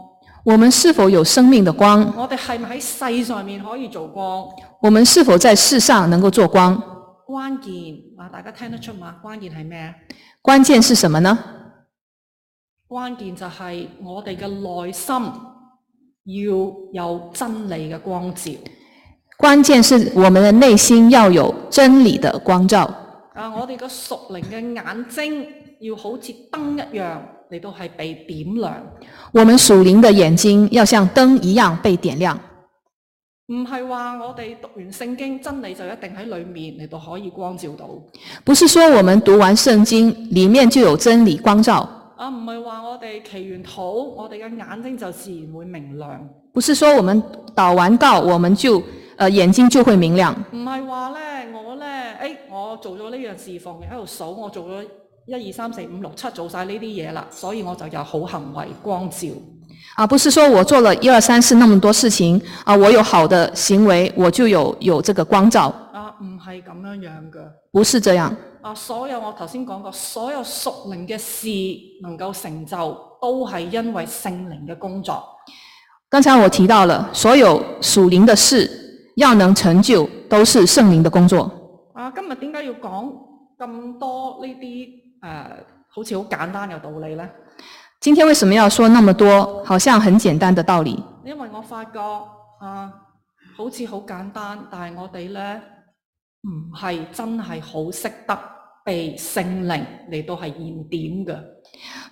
[SPEAKER 2] 我们是否有生命的光？
[SPEAKER 3] 我哋係咪喺世上面可以做光？
[SPEAKER 2] 我们是否在世上能够做光？
[SPEAKER 3] 關鍵啊，大家聽得出嘛？關鍵係咩？啊
[SPEAKER 2] 关键是什么呢？
[SPEAKER 3] 關鍵就係我哋嘅內心要有真理嘅光照。
[SPEAKER 2] 关键是我们的内心要有真理的光照，
[SPEAKER 3] 啊，我哋嘅屬靈嘅眼睛要好似燈一樣嚟到係被點亮，
[SPEAKER 2] 我们属灵的眼睛要像灯一样被点亮，
[SPEAKER 3] 唔係話我哋讀完聖經真理就一定喺裡面嚟到可以光照到。
[SPEAKER 2] 不是说我们读完圣经里面就有真理光照，
[SPEAKER 3] 啊，唔係話我哋祈完禱，我哋嘅眼睛就自然會明亮。
[SPEAKER 2] 不是说我们祷完告我们就呃眼睛就会明亮，
[SPEAKER 3] 唔係話咧，我咧，誒、我做咗呢樣侍奉，喺度數，我做咗一二三四五六七，做晒呢啲嘢啦，所以我就有好行為光照。
[SPEAKER 2] 啊，不是说我做了一二三四那么多事情啊，我有好的行为，我就有有这个光照，
[SPEAKER 3] 啊，唔係咁樣樣嘅。
[SPEAKER 2] 不是这样。
[SPEAKER 3] 啊，所有我頭先講過，所有屬靈嘅事能夠成就，都係因為聖靈嘅工作。
[SPEAKER 2] 刚才我提到了，所有属灵的事要能成就，都是圣灵的工作。
[SPEAKER 3] 啊，今日點解要講咁多呢啲誒，好似好簡單嘅道理呢？
[SPEAKER 2] 今天为什么要说那么多，好像很简单的道理？
[SPEAKER 3] 因為我發覺啊，好似好簡單，但係我哋呢，唔係真係好識得被聖靈嚟到係燃點嘅。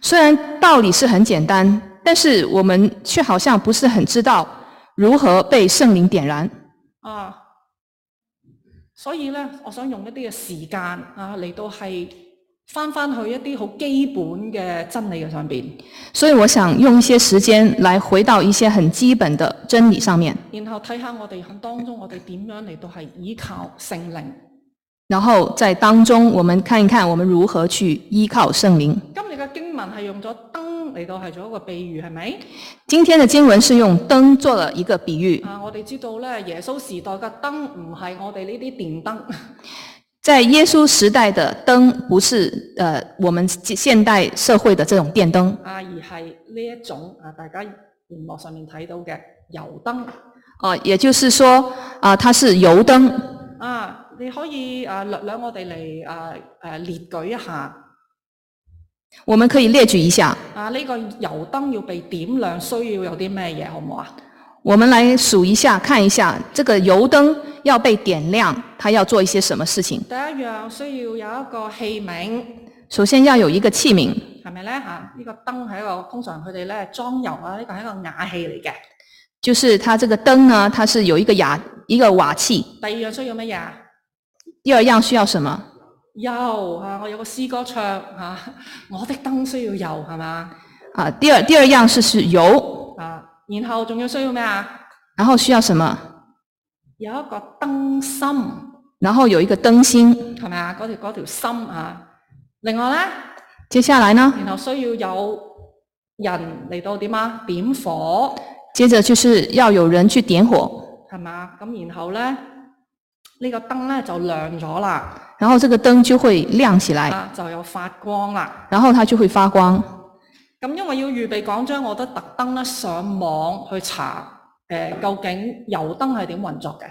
[SPEAKER 2] 虽然道理是很简单，但是我们却好像不是很知道如何被圣灵点燃。
[SPEAKER 3] 啊，所以呢，我想用一啲嘅時間啊嚟到係翻翻去一啲好基本嘅真理嘅上邊，
[SPEAKER 2] 所以我想用一些时间来回到一些很基本的真理上面，
[SPEAKER 3] 然後睇下我哋喺當中我哋點樣嚟到係依靠聖靈。
[SPEAKER 2] 然后在当中我们看一看我们如何去依靠圣灵。
[SPEAKER 3] 今日嘅經文係用咗燈嚟到係做一個比喻，係咪？
[SPEAKER 2] 今天的经文是用灯做了一个比喻，
[SPEAKER 3] 啊，我哋知道咧，耶穌時代嘅燈唔係我哋呢啲電燈，
[SPEAKER 2] 在耶稣时代的灯不是呃我们现代社会的这种电灯，
[SPEAKER 3] 啊，而係呢一種啊，大家熒幕上面睇到嘅油燈。
[SPEAKER 2] 呃，也就是说啊、它是油灯，
[SPEAKER 3] 啊，你可以啊略略我哋嚟啊誒列舉一下。
[SPEAKER 2] 我们可以列举一下。
[SPEAKER 3] 啊！呢、個油燈要被點亮，需要有啲咩嘢，好唔好啊？
[SPEAKER 2] 我们来数一下，看一下这个油灯要被点亮，它要做一些什么事情。
[SPEAKER 3] 第一樣需要有一個器皿，
[SPEAKER 2] 首先要有一個器皿，
[SPEAKER 3] 係咪呢？嚇、呢、個燈係一個通常佢哋咧裝油啊，呢、個係一個瓦器嚟嘅。
[SPEAKER 2] 就是它这个灯呢，它是有一个瓦一个瓦器。
[SPEAKER 3] 第二樣需要乜嘢啊？
[SPEAKER 2] 第二样需要什么？
[SPEAKER 3] 油啊！我有個詩歌唱嚇、啊 我的燈需要油係嘛
[SPEAKER 2] 啊，第二第二样是是油，
[SPEAKER 3] 啊？然後仲要需要咩啊？
[SPEAKER 2] 然后需要什么？
[SPEAKER 3] 有一個燈芯
[SPEAKER 2] 然后有一个灯芯。
[SPEAKER 3] 係咪啊？嗰條嗰條芯啊！另外呢，
[SPEAKER 2] 接下来呢，
[SPEAKER 3] 然後需要有人嚟到點啊？點火。
[SPEAKER 2] 接着就是要有人去点火，
[SPEAKER 3] 係嘛？咁然後咧，呢、個燈咧就亮咗啦，
[SPEAKER 2] 然后这个灯就会亮起来，
[SPEAKER 3] 啊就有發光啦。
[SPEAKER 2] 然后它就会發光。
[SPEAKER 3] 咁因為要預備講章，我都特登咧上網去查誒、呃究竟油燈係點運作嘅。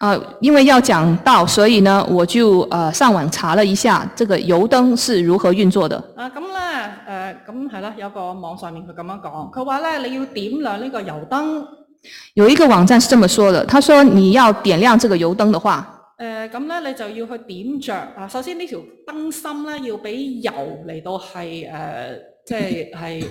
[SPEAKER 2] 啊，因为要讲到，所以呢，我就呃上网查了一下这个油灯是如何运作的。
[SPEAKER 3] 啊咁咧誒咁係啦，有個網上面佢咁樣講，佢話咧你要點亮呢個油燈。
[SPEAKER 2] 有一个网站是这么说的，他说你要点亮这个油灯的话，
[SPEAKER 3] 誒呃咁咧，你就要去點着啊！首先呢條燈芯咧要俾油嚟到係誒、呃即係係誒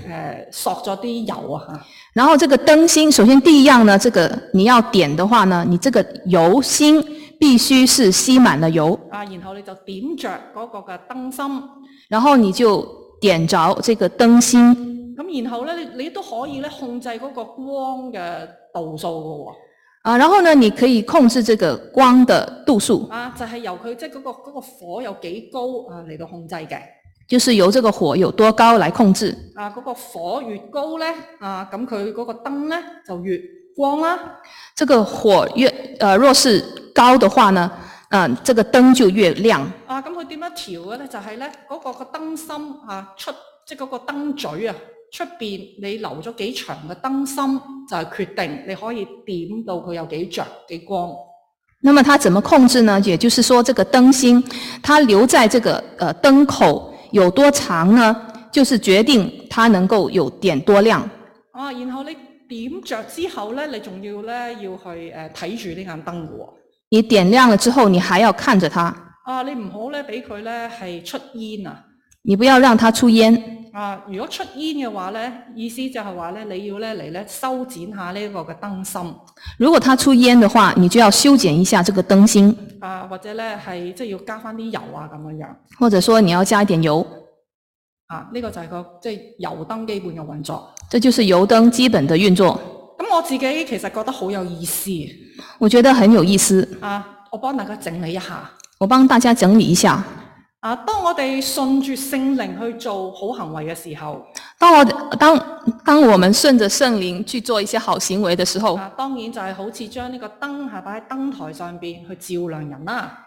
[SPEAKER 3] 索咗啲油啊嚇。
[SPEAKER 2] 然后这个灯芯，首先第一样呢，这个你要点的话呢，你这个油芯必须是吸满了油，
[SPEAKER 3] 啊，然後你就點着嗰個嘅燈芯，
[SPEAKER 2] 然后你就点着这个灯芯，
[SPEAKER 3] 咁然後咧你你都可以咧控制嗰個光嘅度數嘅
[SPEAKER 2] 啊，然后呢，你可以控制这个光的度数
[SPEAKER 3] 喎，，啊就係、由佢即係嗰個嗰、個火有幾高啊嚟到控制嘅，
[SPEAKER 2] 就是由这个火有多高来控制。
[SPEAKER 3] 啊嗰、個火越高咧啊咁佢嗰個燈咧就越光啦，
[SPEAKER 2] 这个火越呃若是高的话呢，嗯、这个灯就越亮。
[SPEAKER 3] 啊咁佢點樣調嘅咧就係咧嗰個個燈芯啊出即係嗰個燈嘴啊。出邊你留咗幾長嘅燈芯，就係、決定你可以點到佢有幾着幾光。
[SPEAKER 2] 那么它怎么控制呢？也就是说，这个灯芯它留在这个呃灯口有多长呢？就是决定它能够有点多亮。
[SPEAKER 3] 啊，然後你點着之後咧，你仲要咧要去誒睇住呢眼燈嘅喎。
[SPEAKER 2] 你点亮了之后，你还要看着它，
[SPEAKER 3] 啊，你唔好咧俾佢咧係出煙啊！
[SPEAKER 2] 你不要让它出烟。
[SPEAKER 3] 啊，如果出煙嘅話咧，意思就係話咧，你要咧嚟咧修剪下呢個嘅燈芯
[SPEAKER 2] 如果它出烟的话，你就要修剪一下这个灯芯，
[SPEAKER 3] 啊，或者咧係即係要加翻啲油啊咁樣樣
[SPEAKER 2] 或者说你要加一点油。
[SPEAKER 3] 啊。呢、個就係個即係油燈基本嘅運作。
[SPEAKER 2] 这就是油灯基本的运作，
[SPEAKER 3] 咁我自己其實覺得好有意思
[SPEAKER 2] 我觉得很有意思。
[SPEAKER 3] 啊，我幫大家整理一下。
[SPEAKER 2] 我帮大家整理一下。
[SPEAKER 3] 啊，當我哋順住聖靈去做好行為嘅時候。
[SPEAKER 2] 当我当当我们顺着圣灵去做一些好行为的时候，
[SPEAKER 3] 啊，當然就係好似將呢個燈係擺喺燈台上邊去照亮人啦。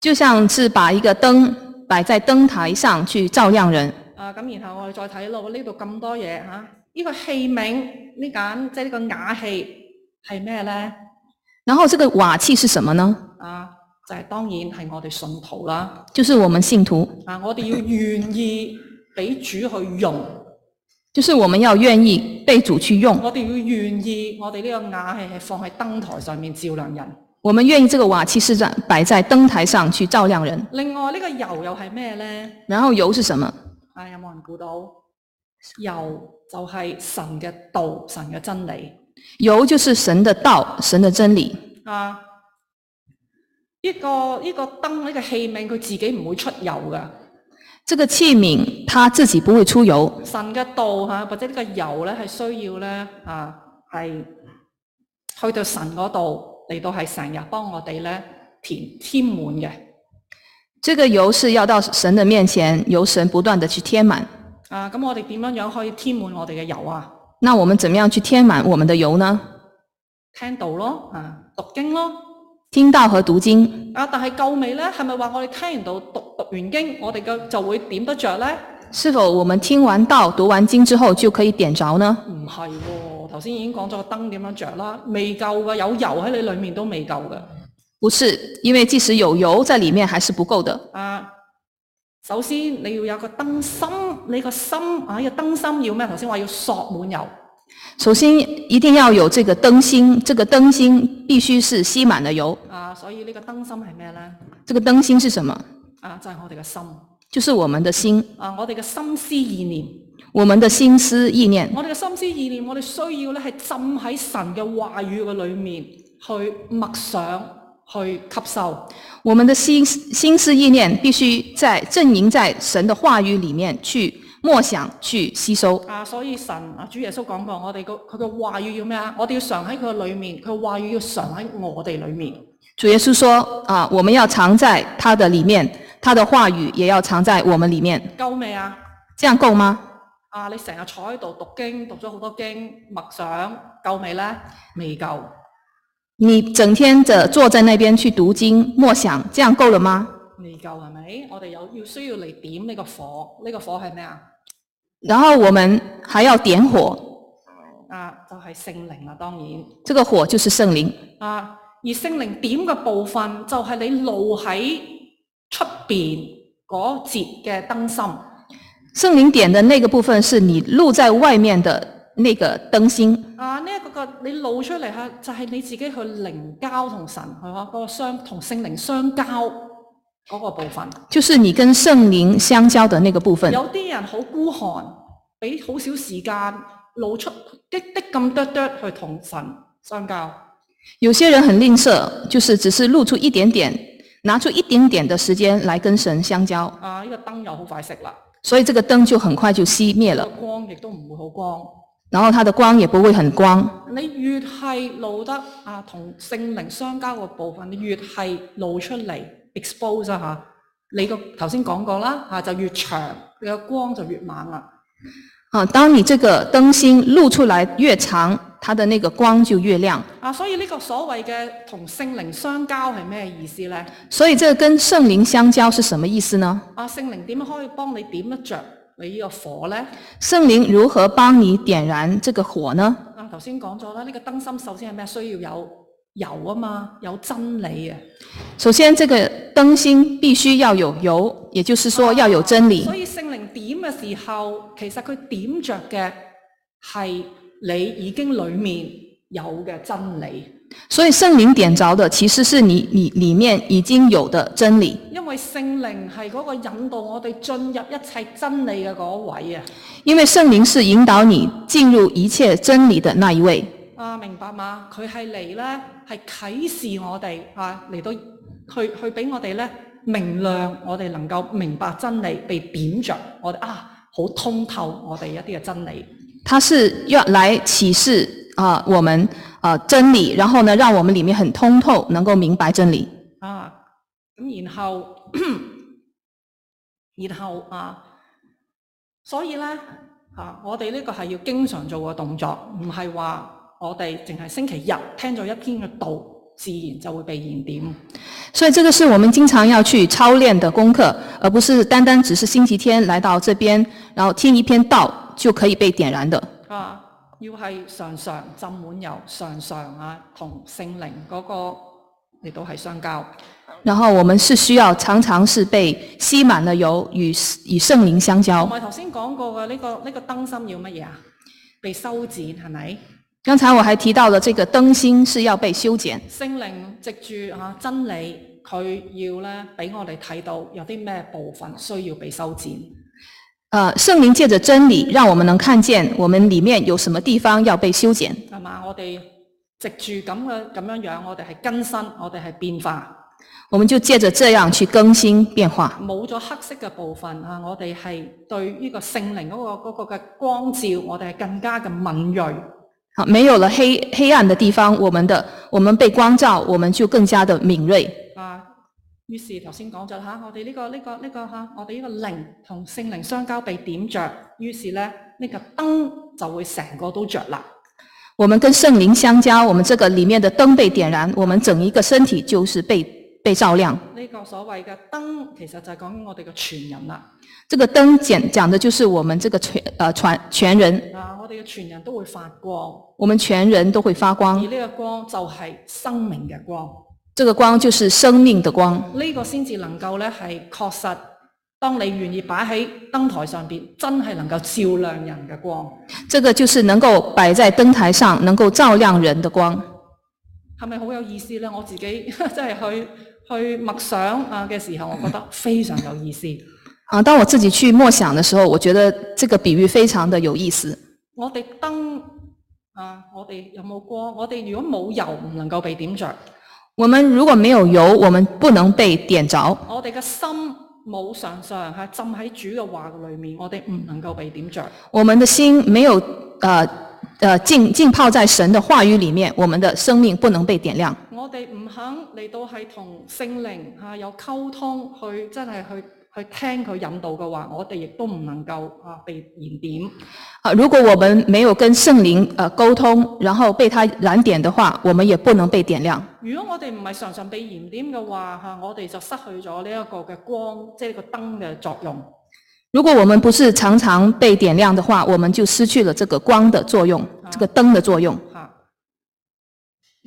[SPEAKER 2] 就像是把一个灯摆在灯台上去照亮人。
[SPEAKER 3] 啊，咁然後我哋再睇咯，呢度咁多嘢啊嚇，呢、個器皿呢間即係呢個瓦器係咩呢？
[SPEAKER 2] 然后这个瓦器是什么呢？
[SPEAKER 3] 啊，就係、當然係我哋信徒啦。
[SPEAKER 2] 就是我们信徒，
[SPEAKER 3] 啊，我哋要願意俾主去用，
[SPEAKER 2] 就是我们要愿意被主去用，
[SPEAKER 3] 我哋要願意，我哋呢個瓦器係放喺燈台上面照亮人。
[SPEAKER 2] 我们愿意这个瓦器是在摆在灯台上去照亮人。
[SPEAKER 3] 另外呢、個油又係咩呢？
[SPEAKER 2] 然后油是什么？
[SPEAKER 3] 啊，有冇人估到？油就係神嘅道，神嘅真理。
[SPEAKER 2] 油就是神的道，神的真理。
[SPEAKER 3] 啊，呢、個呢、個燈呢、個器皿佢自己唔會出油㗎。
[SPEAKER 2] 这个器皿它自己不会出油，
[SPEAKER 3] 神嘅道嚇、或者呢個油咧係需要咧啊係去到神嗰度嚟到係成日幫我哋咧填添滿嘅。
[SPEAKER 2] 这个油是要到神的面前，由神不断的去填满。
[SPEAKER 3] 啊，咁我哋點樣樣可以添滿我哋嘅油啊？
[SPEAKER 2] 那我们怎么样去填满我们的油呢？
[SPEAKER 3] 聽道咯，啊，讀經咯。
[SPEAKER 2] 听道和读经，
[SPEAKER 3] 啊，但係夠未咧？係咪話我哋聽完道讀讀完經，我哋嘅就會點得着咧？
[SPEAKER 2] 是否我们听完道、读完经之后就可以点着呢？
[SPEAKER 3] 唔係喎，頭先已經講咗個燈點樣着啦，未夠㗎，有油喺你裡面都未夠㗎。
[SPEAKER 2] 不是，因为即使有油在里面还是不够的。
[SPEAKER 3] 啊，首先你要有個燈芯，你個芯啊，呢個燈芯要咩？頭先話要索滿油，
[SPEAKER 2] 首先一定要有这个灯芯，这个灯芯必须是吸满了油。
[SPEAKER 3] 啊，所以呢個燈芯係咩呢？
[SPEAKER 2] 这个灯芯是什么？
[SPEAKER 3] 啊，就係、我哋嘅心，
[SPEAKER 2] 就是我们的心，
[SPEAKER 3] 啊，我哋嘅心思意念，
[SPEAKER 2] 我们的心思意念。
[SPEAKER 3] 我哋嘅心思意念，我哋需要咧係浸喺神嘅話語嘅裡面去默想，去吸收。
[SPEAKER 2] 我们的心心思意念必须在正营在神的话语里面去默想、去吸收。
[SPEAKER 3] 啊，所以神啊，主耶穌講過，我哋個佢嘅話語要咩啊？我哋要常喺佢嘅裡面，佢嘅話語要常喺我哋裡面。
[SPEAKER 2] 主耶稣说：“啊，我们要藏在他的里面，他的话语也要藏在我们里面，
[SPEAKER 3] 夠未啊？
[SPEAKER 2] 这样够吗？
[SPEAKER 3] 啊！你成日坐喺度讀經，讀咗好多經，默想夠未呢？未夠
[SPEAKER 2] 你整天的坐在那边去讀經默想，这样够了吗？
[SPEAKER 3] 未夠係咪？我哋有要需要嚟點呢個火，呢、個火係咩啊？
[SPEAKER 2] 然后我们还要点火，
[SPEAKER 3] 啊，就係、聖靈啦，當然
[SPEAKER 2] 这个火就是圣靈。
[SPEAKER 3] 啊。而聖靈點嘅部分就係你露喺出邊嗰節嘅燈芯
[SPEAKER 2] 圣靈点的那个部分是你露在外面的那个灯芯，
[SPEAKER 3] 啊！呢、一個個你露出嚟係就係、你自己去靈交同神係嘛？嗰、個相同聖靈相交嗰個部分。
[SPEAKER 2] 就是你跟圣靈相交的那个部分。
[SPEAKER 3] 有啲人好孤寒，俾好少時間露出滴滴咁哆哆去同神相交。
[SPEAKER 2] 有些人很吝啬，就是只是露出一点点，拿出一点点的时间来跟神相交，
[SPEAKER 3] 啊，呢、個燈又好快熄啦，
[SPEAKER 2] 所以这个灯就很快就熄灭
[SPEAKER 3] 個
[SPEAKER 2] 了，
[SPEAKER 3] 光亦都唔會好光。
[SPEAKER 2] 然后它的光也不会很光。
[SPEAKER 3] 你越係露得啊同聖靈相交嘅部分，你越係露出嚟 expose 啊嚇，你個頭先講過啦嚇、啊就越長，你個光就越猛啦。
[SPEAKER 2] 啊，当你这个灯芯露出来越长，它的那个光就越亮。
[SPEAKER 3] 啊，所以呢個所謂嘅同聖靈相交係咩意思呢？
[SPEAKER 2] 所以这跟圣灵相交是什么意思呢？
[SPEAKER 3] 啊，聖靈點可以幫你點得着你呢個火呢？
[SPEAKER 2] 圣灵如何帮你点燃这个火呢？
[SPEAKER 3] 啊，頭先講咗啦，呢、個燈芯首先係咩？需要有油啊嘛，有真理啊。
[SPEAKER 2] 首先，这个灯芯必须要有油，也就是说要有真理
[SPEAKER 3] 所。以聖靈點嘅時候，其實佢點着嘅係你已經裡面有嘅真理，
[SPEAKER 2] 所以圣灵点着的其实是你你里面已经有的真理，
[SPEAKER 3] 因為聖靈係嗰個引導我哋進入一切真理嘅嗰位啊！
[SPEAKER 2] 因为圣灵是引导你进入一切真理的那一位。
[SPEAKER 3] 啊，明白嘛？佢係嚟呢，係啟示我哋啊，嚟到去去俾我哋呢明亮，我哋能夠明白真理，被點着，我哋啊好通透我哋一啲嘅真理。
[SPEAKER 2] 他是要来启示啊、我们啊、真理，然后呢，让我们里面很通透，能够明白真理。
[SPEAKER 3] 啊，咁然後 然後啊，所以呢，啊，我哋呢個係要經常做嘅動作，唔係話我哋淨係星期日聽咗一篇嘅道，自然就會被燃點。
[SPEAKER 2] 所以这个是我们经常要去操练的功课，而不是单单只是星期天来到这边，然后听一篇道就可以被点燃的。
[SPEAKER 3] 啊，要係常常浸滿油，常常啊同聖靈嗰個嚟到係相交。
[SPEAKER 2] 然后我们是需要常常是被吸满了油，与与圣灵相交
[SPEAKER 3] 同。埋頭先講過嘅呢、個呢、個燈芯要乜嘢啊？被修剪係咪？
[SPEAKER 2] 刚才我还提到了这个灯芯是要被修剪，
[SPEAKER 3] 聖靈藉住啊真理，佢要咧俾我哋睇到有啲咩部分需要被修剪。
[SPEAKER 2] 呃，圣灵借着真理，让我们能看见我们里面有什么地方要被修剪。
[SPEAKER 3] 係嘛？我哋藉住咁嘅咁樣樣，我哋係更新，我哋係變化，
[SPEAKER 2] 我们就借着这样去更新变化。
[SPEAKER 3] 冇咗黑色嘅部分啊！我哋係對呢個聖靈嗰、個嗰、個嘅光照，我哋係更加嘅敏鋭。
[SPEAKER 2] 好，没有了黑黑暗的地方，我们的我们被光照，我们就更加的敏锐。
[SPEAKER 3] 啊，於是頭先講咗啦嚇，我哋呢、個呢、個呢、個嚇、我哋呢個靈同聖靈相交被點着，於是咧呢、呢個燈就會成個都着啦。
[SPEAKER 2] 我们跟圣灵相交，我们这个里面的灯被点燃，我们整一个身体就是被被照亮。
[SPEAKER 3] 呢個所謂嘅燈，其實就係講緊我哋嘅全人啦。
[SPEAKER 2] 这个灯讲讲的就是我们这个全呃全全人，
[SPEAKER 3] 啊，我哋嘅全人都會發光，
[SPEAKER 2] 我们全人都会发
[SPEAKER 3] 而
[SPEAKER 2] 光。
[SPEAKER 3] 呢個光就係生命嘅光。
[SPEAKER 2] 这个光就是生命的光，
[SPEAKER 3] 呢、個先至能夠咧係確實，當你願意擺喺燈台上邊，真係能夠照亮人嘅光。
[SPEAKER 2] 这个就是能够摆在灯台上，能够照亮人的光。
[SPEAKER 3] 係咪好有意思呢？我自己 真係去去默想啊嘅時候，我覺得非常有意思。
[SPEAKER 2] 啊，当我自己去默想的时候，我觉得这个比喻非常的有意思。
[SPEAKER 3] 我哋燈啊，我哋有冇光？我哋如果冇油，唔能夠被點着。
[SPEAKER 2] 我们如果没有油，我们不能被点着；
[SPEAKER 3] 我哋嘅心冇常常係浸喺主嘅話嘅裏面，我哋唔能夠被點着。
[SPEAKER 2] 我们的心没有呃呃浸浸泡在神的话语里面，我们的生命不能被点亮。
[SPEAKER 3] 我哋唔肯嚟到係同聖靈啊有溝通，去真係去去聽佢引導嘅話，我哋亦都唔能夠啊被燃點。
[SPEAKER 2] 啊，如果我们没有跟圣灵呃沟通，然后被他燃点的话，我们也不能被点亮。
[SPEAKER 3] 如果我哋唔係常常被燃點嘅話，嚇我哋就失去咗呢一個嘅光，即係呢個燈嘅作用。
[SPEAKER 2] 如果我们不是常常被点亮的话，我们就失去了这个光的作用，这个灯的作用。
[SPEAKER 3] 嚇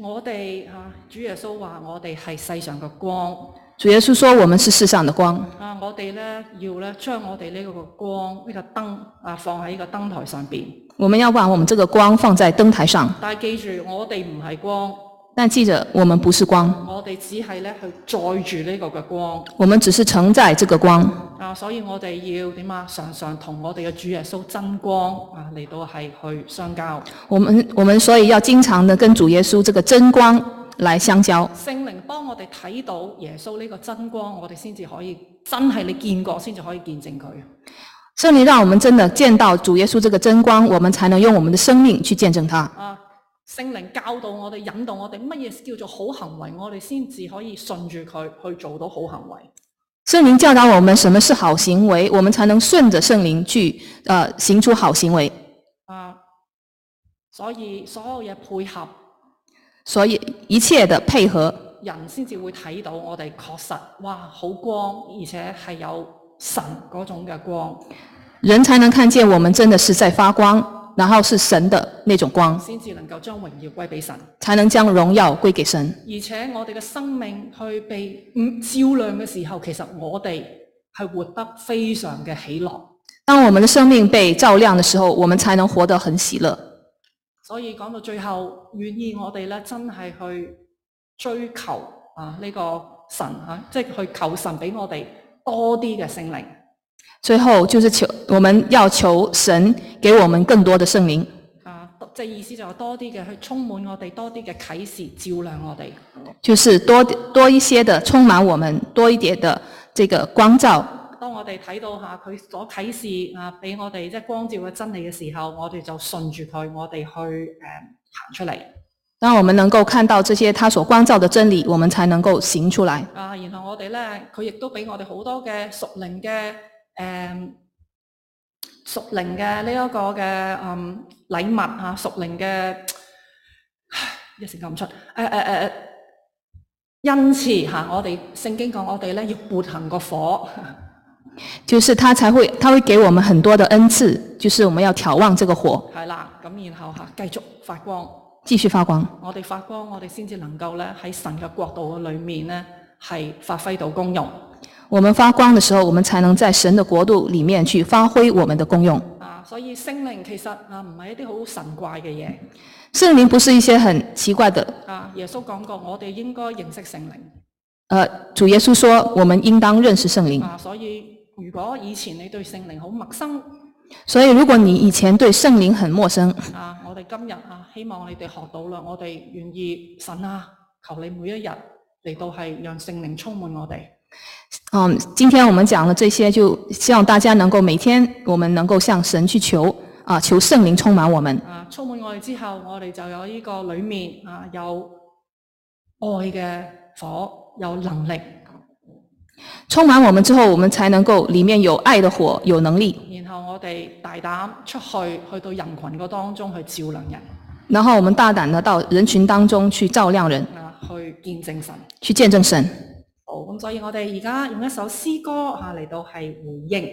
[SPEAKER 3] 我哋嚇主耶穌話：我哋係世上嘅光。
[SPEAKER 2] 主耶稣说，我们是世上的光，
[SPEAKER 3] 啊，我哋咧要咧將我哋呢個光呢、個燈啊放喺呢個燈台上邊。
[SPEAKER 2] 我们要把我们这个光放在灯台上。
[SPEAKER 3] 但係記住，我哋唔係光，
[SPEAKER 2] 但记着，我们不是光，
[SPEAKER 3] 我哋只係咧去載住呢個嘅光
[SPEAKER 2] 我们只是承载这个光。
[SPEAKER 3] 啊，所以我哋要點啊？常常同我哋嘅主耶穌真光啊嚟到係去相交。
[SPEAKER 2] 我们我们所以要经常的跟主耶稣这个真光来相交。
[SPEAKER 3] 聖靈幫我哋睇到耶穌呢個真光，我哋先至可以真係你見過先至可以見證佢。
[SPEAKER 2] 圣灵让我们真的见到主耶稣这个真光，我们才能用我们的生命去见证他。
[SPEAKER 3] 啊，聖靈教導我哋、引導我哋乜嘢叫做好行為，我哋先至可以順住佢去做到好行為。
[SPEAKER 2] 圣灵教导我们什么是好行为，我们才能顺着圣灵去呃行出好行为。
[SPEAKER 3] 啊，所以所有嘢配合，
[SPEAKER 2] 所以一切的配合，
[SPEAKER 3] 人先至會睇到我哋確實哇好光，而且係有神嗰種嘅光，
[SPEAKER 2] 人才能看见我们真的是在发光，然后是神的那种光，
[SPEAKER 3] 先至能夠將榮耀歸俾神。
[SPEAKER 2] 才能将荣耀归给神。
[SPEAKER 3] 而且我哋嘅生命去被嗯照亮嘅時候，其實我哋係活得非常嘅喜樂。
[SPEAKER 2] 当我们的生命被照亮的时候，我们才能活得很喜乐。
[SPEAKER 3] 所以講到最後，願意我哋咧真係去追求啊呢、個神啊，即係去求神俾我哋多啲嘅聖靈。
[SPEAKER 2] 最后就是求我们要求神给我们更多的圣灵，
[SPEAKER 3] 啊，即係意思就係多啲嘅去充滿我哋，多啲嘅啟示照亮我哋。
[SPEAKER 2] 就是多多一些的充满我们，多一点的这个光照。
[SPEAKER 3] 當我哋睇到下佢所啟示啊，俾我哋即係光照嘅真理嘅時候，我哋就順住佢，我哋去誒行出嚟
[SPEAKER 2] 当我们能够看到这些他所光照的真理，我们才能够行出来。
[SPEAKER 3] 啊。然後我哋咧，佢亦都俾我哋好多嘅屬靈嘅誒屬靈嘅呢一個嘅嗯禮物啊，屬靈嘅一時講唔出誒誒誒誒。因此嚇，我哋聖經講我哋咧要撥行個火，
[SPEAKER 2] 就是他才会，他会给我们很多的恩赐，就是我们要眺望这个火，
[SPEAKER 3] 係啦，咁然後嚇繼續發光，
[SPEAKER 2] 继续发光。
[SPEAKER 3] 我哋發光，我哋先至能夠咧喺神嘅國度嘅裏面咧係發揮到功用
[SPEAKER 2] 我们发光的时候，我们才能在神的国度里面去发挥我们的功用。
[SPEAKER 3] 啊！所以聖靈其實啊唔係一啲好神怪嘅嘢
[SPEAKER 2] 圣灵不是一些很奇怪的，
[SPEAKER 3] 啊！耶穌講過，我哋應該認識聖靈
[SPEAKER 2] 呃，主耶稣说，我们应当认识圣灵。
[SPEAKER 3] 啊！所以如果以前你對聖靈好陌生
[SPEAKER 2] 所以，如果你以前对圣灵很陌生，
[SPEAKER 3] 啊，我哋今日啊希望你哋學到啦，我哋願意神啊，求你每一日嚟到係讓聖靈充滿我哋。
[SPEAKER 2] 嗯，今天我们讲了这些，就希望大家能够每天我们能够向神去求啊，求圣灵充满我们。
[SPEAKER 3] 啊，充滿我哋之後，我哋就有呢個裡面啊有愛嘅火，有能力，
[SPEAKER 2] 充满我们之后，我们才能够里面有爱的火，有能力，
[SPEAKER 3] 然後我哋大膽出去，去到人群個當中去照亮人
[SPEAKER 2] 然后我们大胆的到人群当中去照亮人，
[SPEAKER 3] 啊，去見證神。
[SPEAKER 2] 去见证神。
[SPEAKER 3] 好，咁所以我哋而家用一首詩歌啊嚟到係回應。